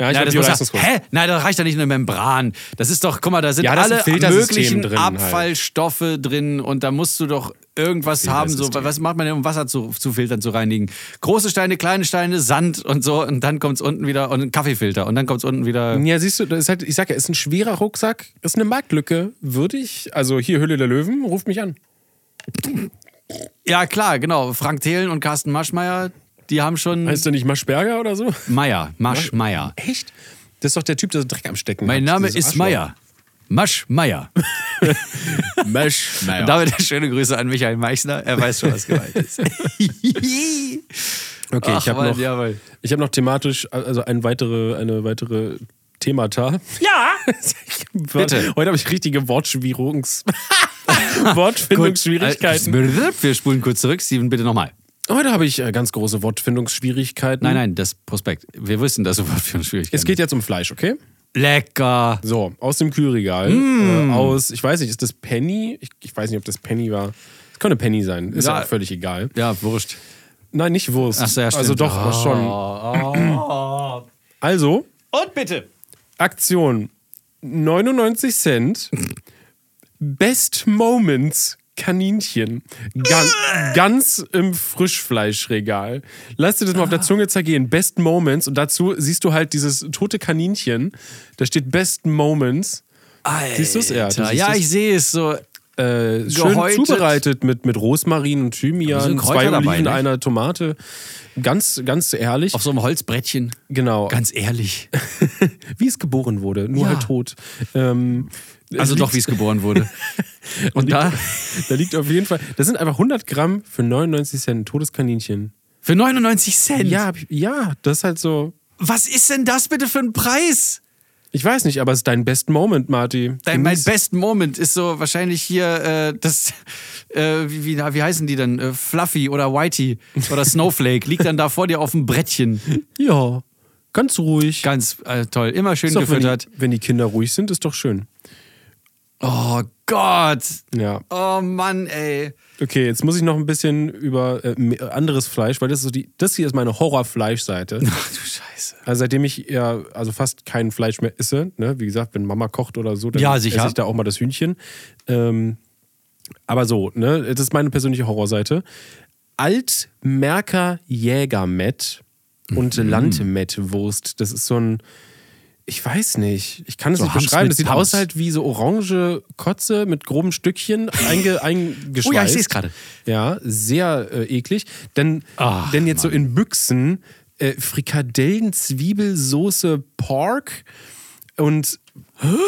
A: Ja, ich
B: Ja,
A: hab
B: das
A: die
B: muss ja,
A: Leistungskurs.
B: hä? Nein, da reicht ja nicht eine Membran. Das ist doch, guck mal, da sind
A: Ja, da ist ein
B: alle
A: Filtersystem
B: möglichen
A: drin halt.
B: Abfallstoffe drin und da musst du doch irgendwas haben. So, was macht man denn, um Wasser zu, zu filtern, zu reinigen? Große Steine, kleine Steine, Sand und so und dann kommt es unten wieder und ein Kaffeefilter und dann kommt es unten wieder.
A: Ja, siehst du, das ist halt, ich sag ja, ist ein schwerer Rucksack, ist eine Marktlücke. Würde ich, also hier Hülle der Löwen, ruft mich an.
B: Ja, klar, genau. Frank Thelen und Carsten Maschmeyer, die haben schon.
A: Heißt du nicht Maschberger oder so?
B: Meier, Maschmeyer.
A: Echt? Das ist doch der Typ, der so Dreck am Stecken
B: Mein
A: hat,
B: Name
A: dieses
B: ist
A: Arschloch.
B: Meier. Masch Meier.
A: Mesh.
B: Und damit schöne Grüße an Michael Meichner. Er weiß schon, was gemeint ist.
A: Okay,
B: Ach,
A: ich habe
B: Mann,
A: noch,
B: jawohl.
A: ich hab noch thematisch, also ein weitere, eine weitere Themata.
D: Ja!
B: Bitte.
A: Heute habe ich richtige Wortschwierungs
B: Gut,
A: Wortfindungsschwierigkeiten.
B: äh, Wir spulen kurz zurück. Steven, bitte nochmal.
A: Heute habe ich äh, ganz große Wortfindungsschwierigkeiten.
B: Nein, nein, das Prospekt. Wir wissen, dass du für uns Schwierigkeiten
A: Es geht jetzt um Fleisch, okay?
B: Lecker.
A: So, aus dem Kühlregal.
B: Mm.
A: Äh, aus, ich weiß nicht, ist das Penny? Ich, ich weiß nicht, ob das Penny war. Es könnte Penny sein. Ist
B: Ja.
A: ja auch völlig egal.
B: Ja, Wurscht.
A: Nein, nicht Wurst.
B: Ach so, ja,
A: also
B: stimmt.
A: doch, schon. Also,
B: Ah. Und bitte.
A: Aktion 99 Cent. Best Moments Kaninchen. Gan ganz im Frischfleischregal. Lass dir das mal
B: Ah.
A: auf der Zunge zergehen. Best Moments. Und dazu siehst du halt dieses tote Kaninchen. Da steht Best Moments.
B: Alter.
A: Siehst du's, ja, du siehst
B: ja,
A: es.
B: ich sehe es so.
A: Äh, schön
B: Gehäutet.
A: zubereitet mit, mit Rosmarin und
B: Da sind
A: Thymian,
B: Kräuter
A: zwei
B: dabei,
A: Oliven,
B: ne?
A: einer Tomate. Ganz, ganz ehrlich.
B: Auf so einem Holzbrettchen.
A: genau.
B: Ganz ehrlich.
A: wie es geboren wurde, nur
B: Ja.
A: halt tot. Ähm,
B: Also
A: es
B: doch, wie es
A: liegt-
B: geboren wurde. Und da
A: Da liegt auf jeden Fall, das sind einfach 100 Gramm für 99 Cent ein totes Kaninchen.
B: für 99 Cent.
A: Ja, hab ich- ja, das ist halt so.
B: Was ist denn das bitte für ein Preis?
A: Ich weiß nicht, aber es ist dein Best Moment, Marty.
B: Dein, mein
A: Genieß-
B: Best Moment ist so wahrscheinlich hier äh, das, äh, wie, wie, wie heißen die denn? Äh, Fluffy oder Whitey oder Snowflake liegt dann da vor dir auf dem Brettchen.
A: Ja, ganz ruhig.
B: Ganz äh, toll, immer schön
A: Ist doch, wenn,
B: gefüttert.
A: die, wenn die Kinder ruhig sind, ist doch schön.
B: Oh Gott.
A: Ja.
B: Oh Mann, ey.
A: Okay, jetzt muss ich noch ein bisschen über äh, me- anderes Fleisch, weil das ist so die, das hier ist meine Horrorfleischseite.
B: Ach du Scheiße.
A: Also seitdem ich ja also fast kein Fleisch mehr esse, ne? wie gesagt, wenn Mama kocht oder so, dann
B: Ja, sicher.
A: esse ich da auch mal das Hühnchen. Ähm, aber so, ne, das ist meine persönliche Horrorseite. Altmerker Jägermett und
B: Mhm.
A: Landmettwurst. Das ist so ein, ich weiß nicht, ich kann es
B: So
A: nicht
B: Hams
A: beschreiben.
B: mit
A: Das sieht
B: Pams.
A: aus halt wie so orange Kotze mit groben Stückchen einge, eingeschweißt.
B: Oh ja, ich seh's gerade.
A: Ja, sehr äh, eklig. Denn,
B: Ach,
A: denn jetzt so in Büchsen äh, Frikadellen, Zwiebelsoße, Pork und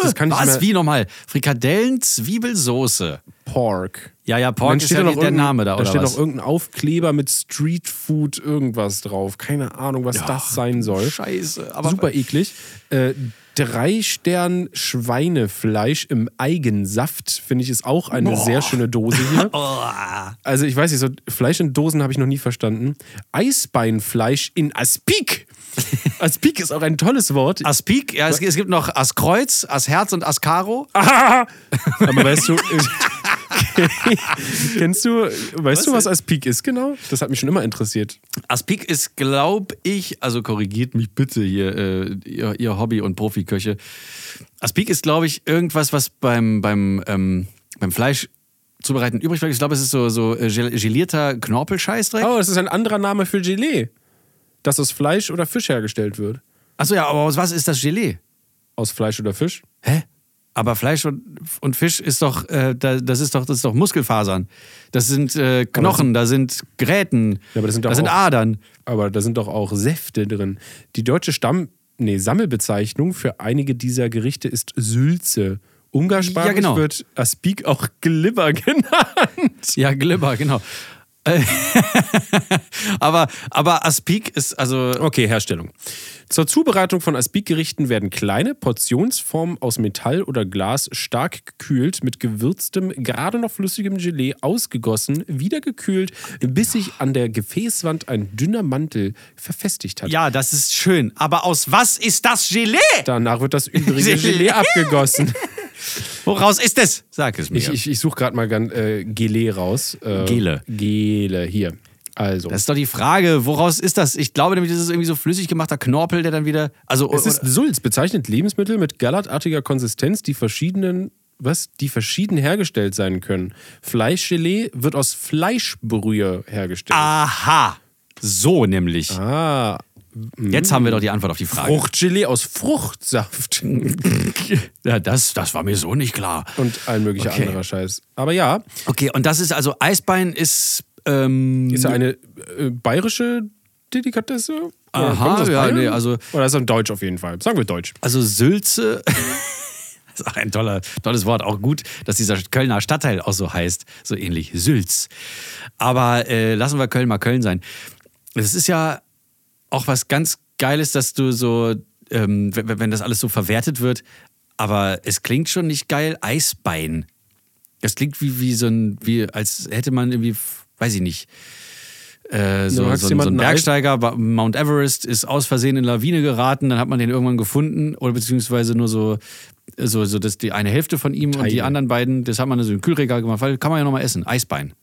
A: das kann ich
B: Was?
A: mehr,
B: Wie nochmal? Frikadellen, Zwiebelsoße.
A: Pork.
B: Ja, ja, Pork
A: Dann
B: ist
A: steht
B: ja
A: da
B: die- der
A: irgendein-
B: Name da,
A: Da
B: oder
A: steht
B: was?
A: noch irgendein Aufkleber mit Street Food irgendwas drauf. Keine Ahnung, was das sein soll.
B: Scheiße. Aber
A: Super eklig. Äh, drei Stern Schweinefleisch im Eigensaft finde ich ist auch eine sehr schöne Dose hier. Also ich weiß nicht, so Fleisch in Dosen habe ich noch nie verstanden. Eisbeinfleisch in Aspik. Aspik ist auch ein tolles Wort.
B: Ass Pik, ja, es, es gibt noch Ass Kreuz, Ass Herz und Ass Karo.
A: Aber weißt du, äh, kennst du, weißt du, was Aspik ist genau? Das hat mich schon immer interessiert.
B: Ass Pik ist, glaube ich, also korrigiert mich bitte hier, äh, ihr, ihr Hobby- und Profiköche. Ass Pik ist, glaube ich, irgendwas, was beim, beim, ähm, beim Fleisch zubereiten übrig bleibt. Ich glaube, es ist so, so äh, gel- gelierter Knorpelscheißdreck.
A: Oh, das ist ein anderer Name für Gelee. Dass aus Fleisch oder Fisch hergestellt wird.
B: Achso, ja, aber aus was ist das Gelee?
A: Aus Fleisch oder Fisch?
B: Hä? Aber Fleisch und, und Fisch ist doch, äh, da- das ist doch, das ist doch Muskelfasern. Das sind äh, Knochen, da sind Gräten,
A: Ja, aber das sind doch
B: da sind
A: auch-
B: Adern.
A: Aber da sind doch auch Säfte drin. Die deutsche Stamm, nee, Sammelbezeichnung für einige dieser Gerichte ist Sülze. Umgangssprachlich
B: Ja, genau.
A: wird Aspik auch Glibber genannt.
B: Ja, Glibber, genau. Äh, aber aber Aspik ist also
A: Okay, Herstellung. Zur Zubereitung von Aspik-Gerichten werden kleine Portionsformen aus Metall oder Glas stark gekühlt, mit gewürztem, gerade noch flüssigem Gelee ausgegossen, wieder gekühlt, bis sich an der Gefäßwand ein dünner Mantel verfestigt hat.
B: ja, das ist schön, aber aus was ist das Gelee?
A: Danach wird das übrige Gelee abgegossen.
B: Woraus ist es? Sag es mir.
A: Ich, ich, ich suche gerade mal ganz äh, Gelee raus. Äh,
B: Gele.
A: Gele, hier. Also.
B: das ist doch die Frage, woraus ist das? Ich glaube nämlich, das ist irgendwie so flüssig gemachter Knorpel, der dann wieder also
A: es ist Sulz, bezeichnet Lebensmittel mit gallertartiger Konsistenz, die verschiedenen, was, die verschieden hergestellt sein können. Fleischgelee wird aus Fleischbrühe hergestellt.
B: Ah. aha, so nämlich.
A: Ah.
B: Jetzt haben wir doch die Antwort auf die Frage.
A: Fruchtgelee aus Fruchtsaft
B: Ja, das, das war mir so nicht klar.
A: und ein möglicher
B: Okay.
A: anderer Scheiß. Aber ja,
B: Okay, und das ist also Eisbein ist. Ähm,
A: ist ja eine äh, bayerische Delikatesse? Oder
B: Aha,
A: kommt das aus
B: ja,
A: Bayern?
B: nee, also-
A: Oder ist das Deutsch auf jeden Fall? Sagen wir Deutsch.
B: also Sülze. Das ist auch ein toller, tolles Wort. Auch gut, dass dieser Kölner Stadtteil auch so heißt. So ähnlich. Sülz. Aber äh, lassen wir Köln mal Köln sein. Es ist ja auch was ganz Geiles, dass du so, ähm, wenn, wenn das alles so verwertet wird, aber es klingt schon nicht geil, Eisbein. Das klingt wie, wie so ein, wie, als hätte man irgendwie, weiß ich nicht, äh, so,
A: hackst
B: so, ein- so ein
A: jemanden ein-
B: Bergsteiger, bei Mount Everest ist aus Versehen in Lawine geraten, dann hat man den irgendwann gefunden oder beziehungsweise nur so, so, so das, die eine Hälfte von ihm und die
A: Teile.
B: anderen beiden, das hat man also im Kühlregal gemacht, weil kann man ja nochmal essen, Eisbein.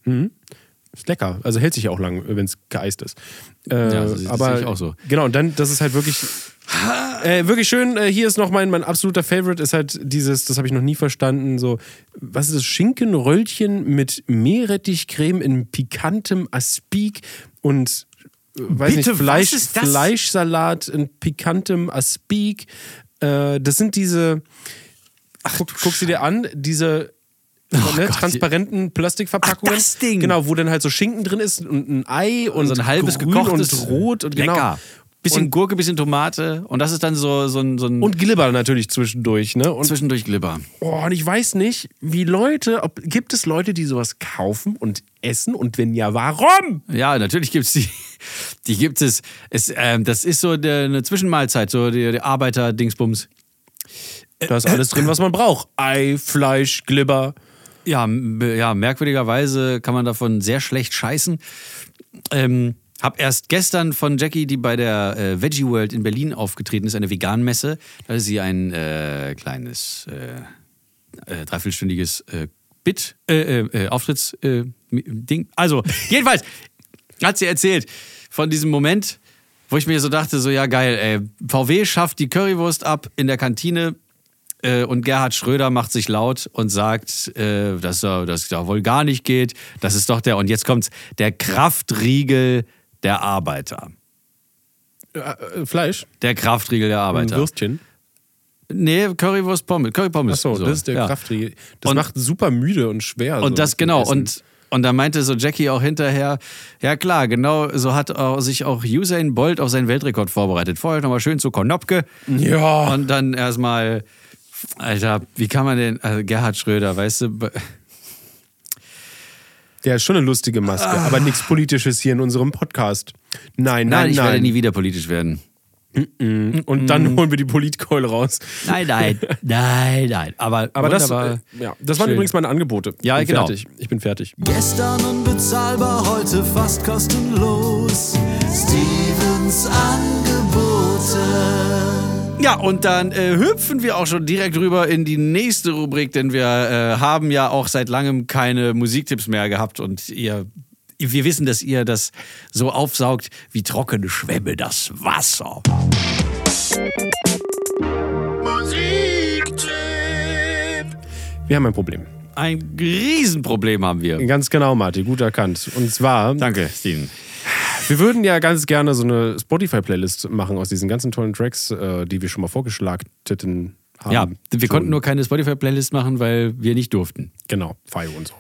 A: Ist lecker. Also hält sich ja auch lang, wenn es geeist ist. Äh,
B: Ja, das ist- das
A: aber
B: sehe ich auch so.
A: Genau, und dann, das ist halt wirklich Äh, wirklich schön. Äh, hier ist noch mein, mein absoluter Favorite, ist halt dieses, das habe ich noch nie verstanden, so, was ist das? Schinkenröllchen mit Meerrettichcreme in pikantem Aspik und äh, weiß
B: Bitte,
A: nicht, Fleisch,
B: was ist das?
A: Fleischsalat in pikantem Aspik. Äh, das sind diese, guck, guck sie dir an, diese ne,
B: Oh Gott,
A: transparenten Plastikverpackungen.
B: Ach, das Ding.
A: Genau, wo dann halt so Schinken drin ist und ein Ei und
B: so ein halbes
A: grün
B: gekochtes
A: und rot und genau.
B: lecker. Bisschen
A: Und-
B: Gurke, bisschen Tomate und das ist dann so, so ein, so ein
A: Und Glibber natürlich zwischendurch, ne? Und,
B: zwischendurch Glibber.
A: oh, und ich weiß nicht, wie Leute, ob, gibt es Leute, die sowas kaufen und essen? Und wenn ja, warum?
B: Ja, natürlich gibt's die. Die gibt es. es ähm, das ist so der, eine Zwischenmahlzeit, so die, die Arbeiter-Dingsbums.
A: Da ist alles drin, was man braucht. Ei, Fleisch, Glibber.
B: Ja, m- ja, merkwürdigerweise kann man davon sehr schlecht scheißen. Ähm, hab erst gestern von Jackie, die bei der äh, Veggie World in Berlin aufgetreten ist, eine Veganmesse, da hatte sie ein äh, kleines, äh, äh, dreiviertelstündiges äh, Bit, äh, äh, äh, Auftrittsding. Äh, Ding. also, jedenfalls hat sie erzählt von diesem Moment, wo ich mir so dachte, so ja geil, ey, VW schafft die Currywurst ab in der Kantine, äh, und Gerhard Schröder macht sich laut und sagt, äh, dass er das da wohl gar nicht geht. Das ist doch der, und jetzt kommt's, der Kraftriegel der Arbeiter.
A: Äh, Fleisch,
B: Der Kraftriegel der
A: ein
B: Arbeiter.
A: Würstchen.
B: Nee, Currywurst Pommes. Currypommes.
A: Achso, das ist der
B: ja.
A: Kraftriegel. Das
B: Und-
A: macht super müde und schwer. so
B: Und das,
A: zum
B: genau.
A: Essen.
B: Und, und da meinte so Jackie auch hinterher, ja klar, genau so hat auch, sich auch Usain Bolt auf seinen Weltrekord vorbereitet. Vorher nochmal schön zu Konopke.
A: Ja.
B: Und dann erstmal, Alter, wie kann man denn, also Gerhard Schröder, weißt du, be-
A: der ist schon eine lustige Maske, aber nichts Politisches hier in unserem Podcast. Nein,
B: Nein,
A: nein,
B: ich werde
A: nein.
B: nie wieder politisch werden.
A: Und dann holen wir die Politkeule raus.
B: Mhm. Nein, nein, nein, nein. Aber,
A: Aber das,
B: wunderbar.
A: äh, ja, das waren
B: Schön.
A: übrigens meine Angebote.
B: Ja,
A: ich bin
B: genau.
A: Fertig. Ich bin fertig.
E: Gestern unbezahlbar, heute fast kostenlos. Stevens Angebote.
B: Ja, und dann äh, hüpfen wir auch schon direkt rüber in die nächste Rubrik, denn wir äh, haben ja auch seit langem keine Musiktipps mehr gehabt und ihr. Wir wissen, dass ihr das so aufsaugt wie trockene Schwämme das Wasser.
A: Wir haben ein Problem.
B: Ein Riesenproblem haben wir.
A: Ganz genau, Martin, gut erkannt. Und zwar,
B: Danke, Steven.
A: wir würden ja ganz gerne so eine Spotify-Playlist machen aus diesen ganzen tollen Tracks, äh, die wir schon mal vorgeschlagen haben.
B: Ja, wir
A: Schon.
B: konnten nur keine Spotify-Playlist machen, weil wir nicht durften.
A: Genau, frei und so.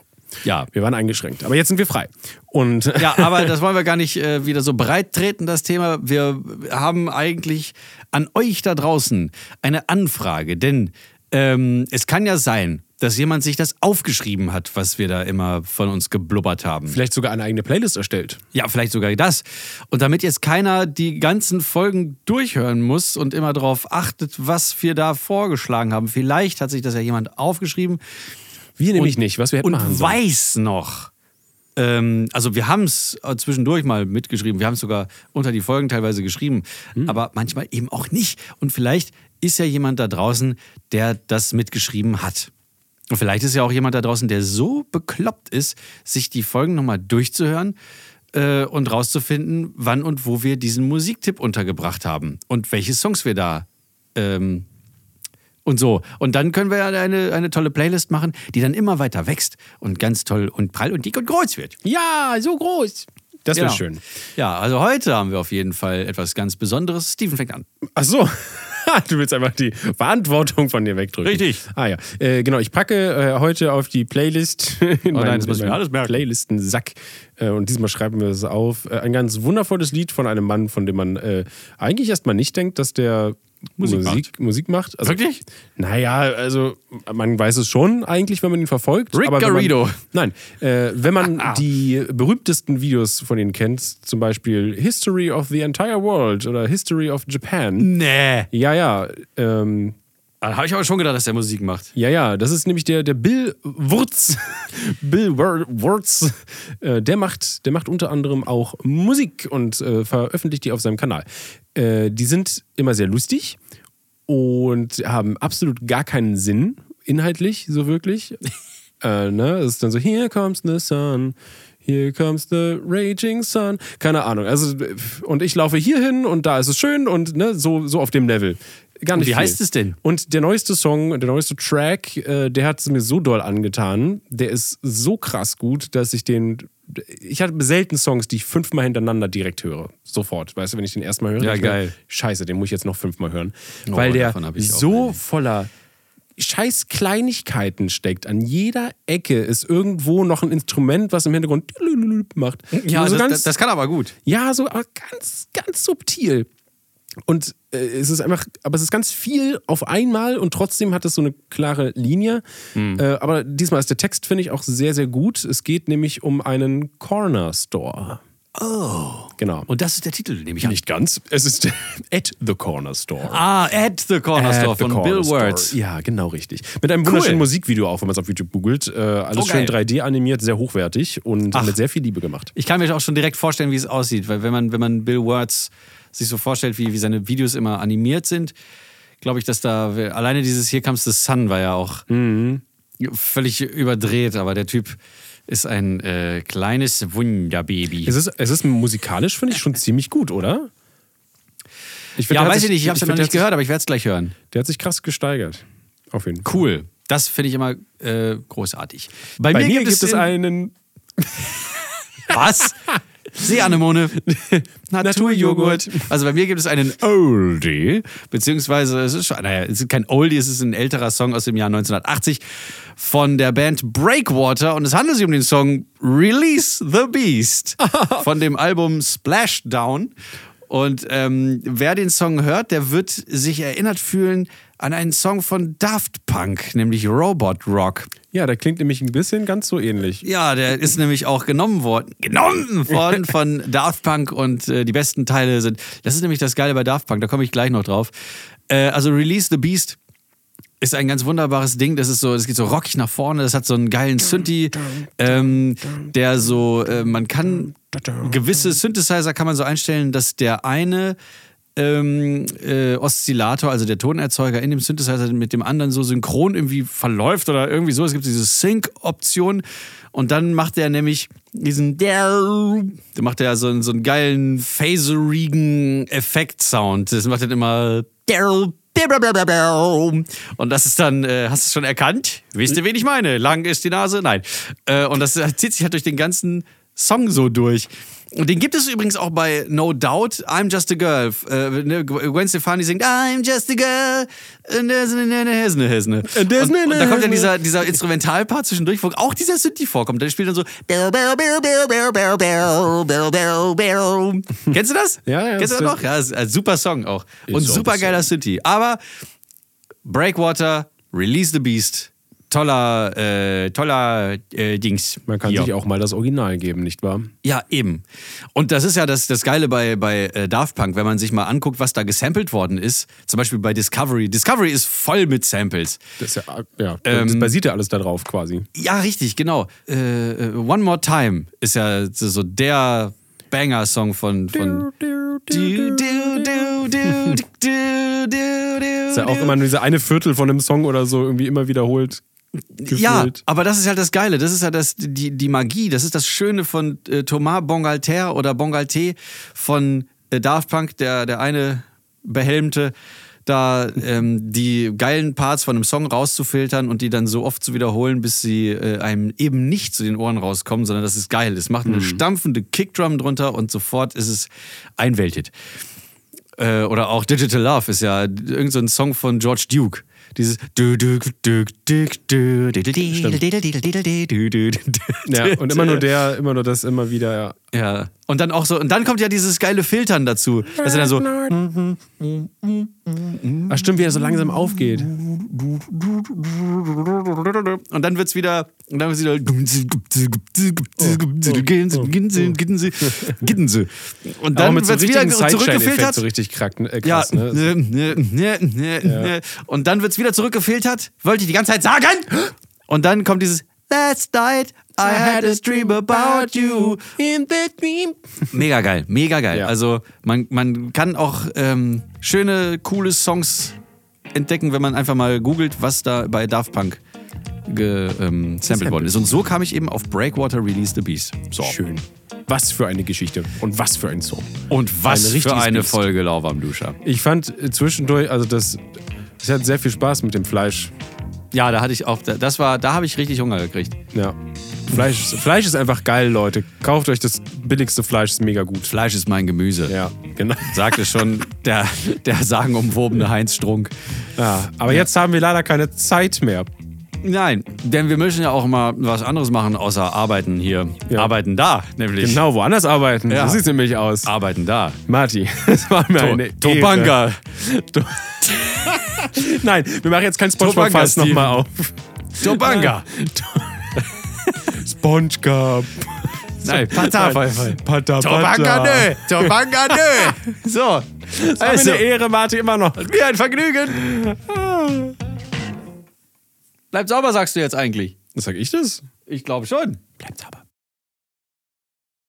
B: Ja.
A: Wir waren eingeschränkt. Aber jetzt sind wir frei. Und
B: Ja, aber das wollen wir gar nicht äh, wieder so breit treten, das Thema. Wir haben eigentlich an euch da draußen eine Anfrage, denn ähm, es kann ja sein, dass jemand sich das aufgeschrieben hat, was wir da immer von uns geblubbert haben.
A: vielleicht sogar eine eigene Playlist erstellt.
B: Ja, vielleicht sogar das. Und damit jetzt keiner die ganzen Folgen durchhören muss und immer darauf achtet, was wir da vorgeschlagen haben. Vielleicht hat sich das ja jemand aufgeschrieben
A: Wir nämlich nicht, was wir hätten
B: und
A: machen sollen.
B: weiß noch. Ähm, also wir haben es zwischendurch mal mitgeschrieben, wir haben es sogar unter die Folgen teilweise geschrieben,
A: Hm.
B: aber manchmal eben auch nicht. Und vielleicht ist ja jemand da draußen, der das mitgeschrieben hat. Und vielleicht ist ja auch jemand da draußen, der so bekloppt ist, sich die Folgen nochmal durchzuhören äh, und rauszufinden, wann und wo wir diesen Musiktipp untergebracht haben und welche Songs wir da ähm, und so. Und dann können wir ja eine, eine tolle Playlist machen, die dann immer weiter wächst und ganz toll und prall und dick und groß wird.
A: Ja, so groß. Das wäre
B: Genau.
A: schön.
B: Ja, also heute haben wir auf jeden Fall etwas ganz Besonderes. Steven fängt an.
A: Ach so. Du willst einfach die Verantwortung von dir wegdrücken.
B: Richtig.
A: Ah ja. Äh, genau, ich packe äh, heute auf die Playlist. in
B: Oh nein,
A: meinen-
B: das muss ich
A: in
B: mir
A: meinen
B: alles merken.
A: Playlistensack. Äh, und diesmal schreiben wir es auf. Äh, ein ganz wundervolles Lied von einem Mann, von dem man äh, eigentlich erstmal nicht denkt, dass der
B: Musik
A: Musik
B: macht.
A: Musik macht. Also,
B: Wirklich?
A: Naja, also man weiß es schon eigentlich, wenn man ihn verfolgt.
B: Rick
A: aber wenn
B: Garrido. Ah,
A: Man, nein, äh, wenn man die berühmtesten Videos von ihnen kennt, zum Beispiel History of the Entire World oder History of Japan.
B: Nee.
A: Ja, ja. Ähm,
B: Da habe Ah, ich aber schon gedacht, dass der Musik macht.
A: ja, ja, das ist nämlich der, der Bill Wurz. Bill Wur- Wurz. Äh, der, macht, der macht unter anderem auch Musik und äh, veröffentlicht die auf seinem Kanal. Äh, die sind immer sehr lustig und haben absolut gar keinen Sinn, inhaltlich, so wirklich. äh, ne? Es ist dann so, here comes the sun, Here comes the raging sun. Keine Ahnung. Also, und ich laufe hier hin und da ist es schön und ne, so, so auf dem Level. Gar nicht
B: Wie
A: viel.
B: heißt es denn?
A: Und der neueste Song, der neueste Track, äh, der hat es mir so doll angetan. Der ist so krass gut, dass ich den. Ich hatte selten Songs, die ich fünfmal hintereinander direkt höre. Sofort. Weißt du, wenn ich den erstmal höre,
B: Ja,
A: denk ich mir,
B: geil.
A: Scheiße, den muss ich jetzt noch fünfmal hören. Weil der
B: davon hab ich auch
A: so
B: einige.
A: voller scheiß Kleinigkeiten steckt. An jeder Ecke ist irgendwo noch ein Instrument, was im Hintergrund macht.
B: Ja,
A: Nur so
B: das,
A: ganz-
B: das, das kann aber gut.
A: ja, so aber ganz, ganz subtil. Und äh, es ist einfach, aber es ist ganz viel auf einmal und trotzdem hat es so eine klare Linie.
B: Hm.
A: Äh, aber diesmal ist der Text, finde ich, auch sehr, sehr gut. Es geht nämlich um einen Corner Store. Oh. Genau.
B: Und das ist der Titel, nehme ich an.
A: nicht ganz. Es ist at the Corner Store.
B: Ah, At the Corner
A: At
B: Store
A: the
B: von
A: Corner
B: Bill
A: Store.
B: Words.
A: Ja, genau richtig. Mit einem wunderschönen Musikvideo auch, wenn man es auf YouTube googelt. Äh, alles
B: Oh,
A: schön
B: geil.
A: 3D animiert, sehr hochwertig und
B: Ach.
A: mit sehr viel Liebe gemacht.
B: Ich kann mir auch schon direkt vorstellen, wie es aussieht, weil wenn man, wenn man Bill Words sich so vorstellt, wie, wie seine Videos immer animiert sind, glaube ich, dass da alleine dieses Here Comes the Sun war ja auch völlig überdreht, aber der Typ ist ein äh, kleines Wunderbaby.
A: Es ist, es ist musikalisch, finde ich, schon ziemlich gut, oder? Ich find,
B: ja,
A: der hat
B: weiß ich
A: sich-
B: nicht, ich habe es ja noch
A: find,
B: nicht
A: der hat
B: gehört, aber ich werde es gleich hören.
A: Sich, der hat sich krass gesteigert. Auf jeden Fall.
B: Cool. Das finde ich immer äh, großartig.
A: Bei mir, gibt es
B: den-
A: einen
B: Was? Seeanemone. Naturjoghurt. Also bei mir gibt es einen Oldie, beziehungsweise es ist schon, naja, es ist kein Oldie, es ist ein älterer Song aus dem Jahr 1980 von der Band Breakwater und es handelt sich um den Song Release the Beast von dem Album Splashdown. Und ähm, wer den Song hört, der wird sich erinnert fühlen an einen Song von Daft Punk, nämlich Robot Rock.
A: Ja, der klingt nämlich ein bisschen ganz so ähnlich.
B: Ja, der ist nämlich auch genommen worden. Genommen worden von Daft Punk und äh, die besten Teile sind. Das ist nämlich das Geile bei Daft Punk, da komme ich gleich noch drauf. Äh, also Release the Beast ist ein ganz wunderbares Ding. Das ist so, das geht so rockig nach vorne. Das hat so einen geilen Synthi, ähm, der so, äh, man kann gewisse Synthesizer kann man so einstellen, dass der eine ähm, äh, Oszillator, also der Tonerzeuger in dem Synthesizer mit dem anderen so synchron irgendwie verläuft oder irgendwie so. Es gibt diese Sync-Option und dann macht er nämlich diesen, der macht er so, einen- so einen geilen phaserigen Effekt-Sound. Das macht dann immer und das ist dann, äh, hast du es schon erkannt? Wisst ihr, wen ich meine? Lang ist die Nase? Nein. Äh, und das zieht sich halt durch den ganzen Song so durch. Und den gibt es übrigens auch bei No Doubt, I'm Just a Girl. Äh, ne, Gwen Stefani singt I'm Just a Girl. And there's a- there's a- there's a-
A: And there's
B: Und, und da kommt
A: a-
B: ja dieser, dieser Instrumentalpart zwischendurch, wo auch dieser Synthi vorkommt. Der spielt dann so. Kennst du das?
A: Ja, ja,
B: Kennst du das
A: das-
B: noch? Ja, ist ein super Song auch. Und
A: auch
B: super geiler Synthi. Aber Breakwater, Release the Beast. Toller, äh, toller äh, Dings.
A: Man kann
B: Hier.
A: sich auch mal das Original geben, nicht wahr?
B: Ja, eben. Und das ist ja das, das Geile bei, bei äh, Daft Punk, wenn man sich mal anguckt, was da gesampelt worden ist. Zum Beispiel bei Discovery. Discovery ist voll mit Samples.
A: Das ist ja, ja
B: Ähm.
A: das basiert ja alles darauf quasi.
B: Ja, richtig, genau. Äh, äh, One More Time ist ja so so der Banger-Song von. von Du, du, du, du, du, du, du,
A: Ist ja auch
B: du.
A: immer nur diese eine Viertel von einem Song oder so irgendwie immer wiederholt. Gefühlt.
B: Ja, aber das ist halt das Geile, das ist ja das, die, die Magie, das ist das Schöne von äh, Thomas Bongalter oder Bongalter von äh, Daft Punk, der, der eine behelmte, da ähm, die geilen Parts von einem Song rauszufiltern und die dann so oft zu wiederholen, bis sie äh, einem eben nicht zu den Ohren rauskommen, sondern das ist geil. Es macht eine stampfende Kickdrum drunter und sofort ist es einwältet. Äh, oder auch Digital Love ist ja irgendein so ein Song von George Duke. Dieses du du du du du
A: ja.
B: Ja,
A: Und immer nur der, immer nur das, immer wieder. Ja.
B: Ja. Und dann auch so, und dann kommt ja dieses geile Filtern dazu. Das ist dann so,
A: Ach, stimmt, wie er so langsam aufgeht.
B: und dann wird's wieder, und dann wird's wieder
A: Oh,
B: Gittense, Gittense, Gittense. Und
A: Dann
B: dann
A: Aber mit so
B: wird's wieder
A: richtigen Sidechain-Effekt
B: zurückgefiltert.
A: so richtig krack, äh,
B: Ja,
A: krass, ne?
B: ne, ne, ne, ne, ne. Und dann wird's wieder zurückgefiltert. Wollte ich die ganze Zeit sagen? Und dann kommt dieses Last night I had a dream about you.
A: In the dream.
B: Mega geil, mega geil.
A: Ja.
B: Also man, man kann auch ähm, schöne, coole Songs entdecken, wenn man einfach mal googelt, was da bei Daft Punk gesampled ähm, sampled worden ist. Und so kam ich eben auf Breakwater Release the Beast. So.
A: Schön. Was für eine Geschichte und was für ein Song.
B: Und was
A: Ein
B: für
A: richtiges
B: eine
A: Biest.
B: Folge Lauwarm Duscher.
A: Ich fand äh, zwischendurch, also das, es hat sehr viel Spaß mit dem Fleisch.
B: Ja, da hatte ich auch, da- das war, da habe ich richtig Hunger gekriegt.
A: Ja. Fleisch, ist- Fleisch ist einfach geil, Leute. Kauft euch das billigste Fleisch, ist mega gut.
B: Fleisch ist mein Gemüse.
A: Ja, genau.
B: Sagte schon der, der sagenumwobene Heinz Strunk.
A: Ja, aber jetzt haben wir leider keine Zeit mehr.
B: Nein, denn wir müssen ja auch mal was anderes machen, außer arbeiten hier.
A: Ja.
B: Arbeiten da, nämlich.
A: Genau, woanders arbeiten.
B: Ja.
A: So sieht es nämlich aus.
B: Arbeiten da.
A: Marti, es war mir eine
B: To-
A: Ehre.
B: Topanga.
A: Nein, wir machen jetzt kein
B: Topanga,
A: Spongebob-Fass
B: Steven.
A: nochmal auf.
B: Topanga.
A: Spongebob.
B: Nein, Patapfeife.
A: Pata,
B: Topanga,
A: äh,
C: ne?
B: nö. Topanga, nö. So.
A: War mir
B: Also,
A: eine Ehre, Marti, immer noch.
B: mir ein Vergnügen. Bleib sauber, sagst du jetzt eigentlich.
A: Sag ich das?
B: Ich glaube schon.
A: Bleibt aber.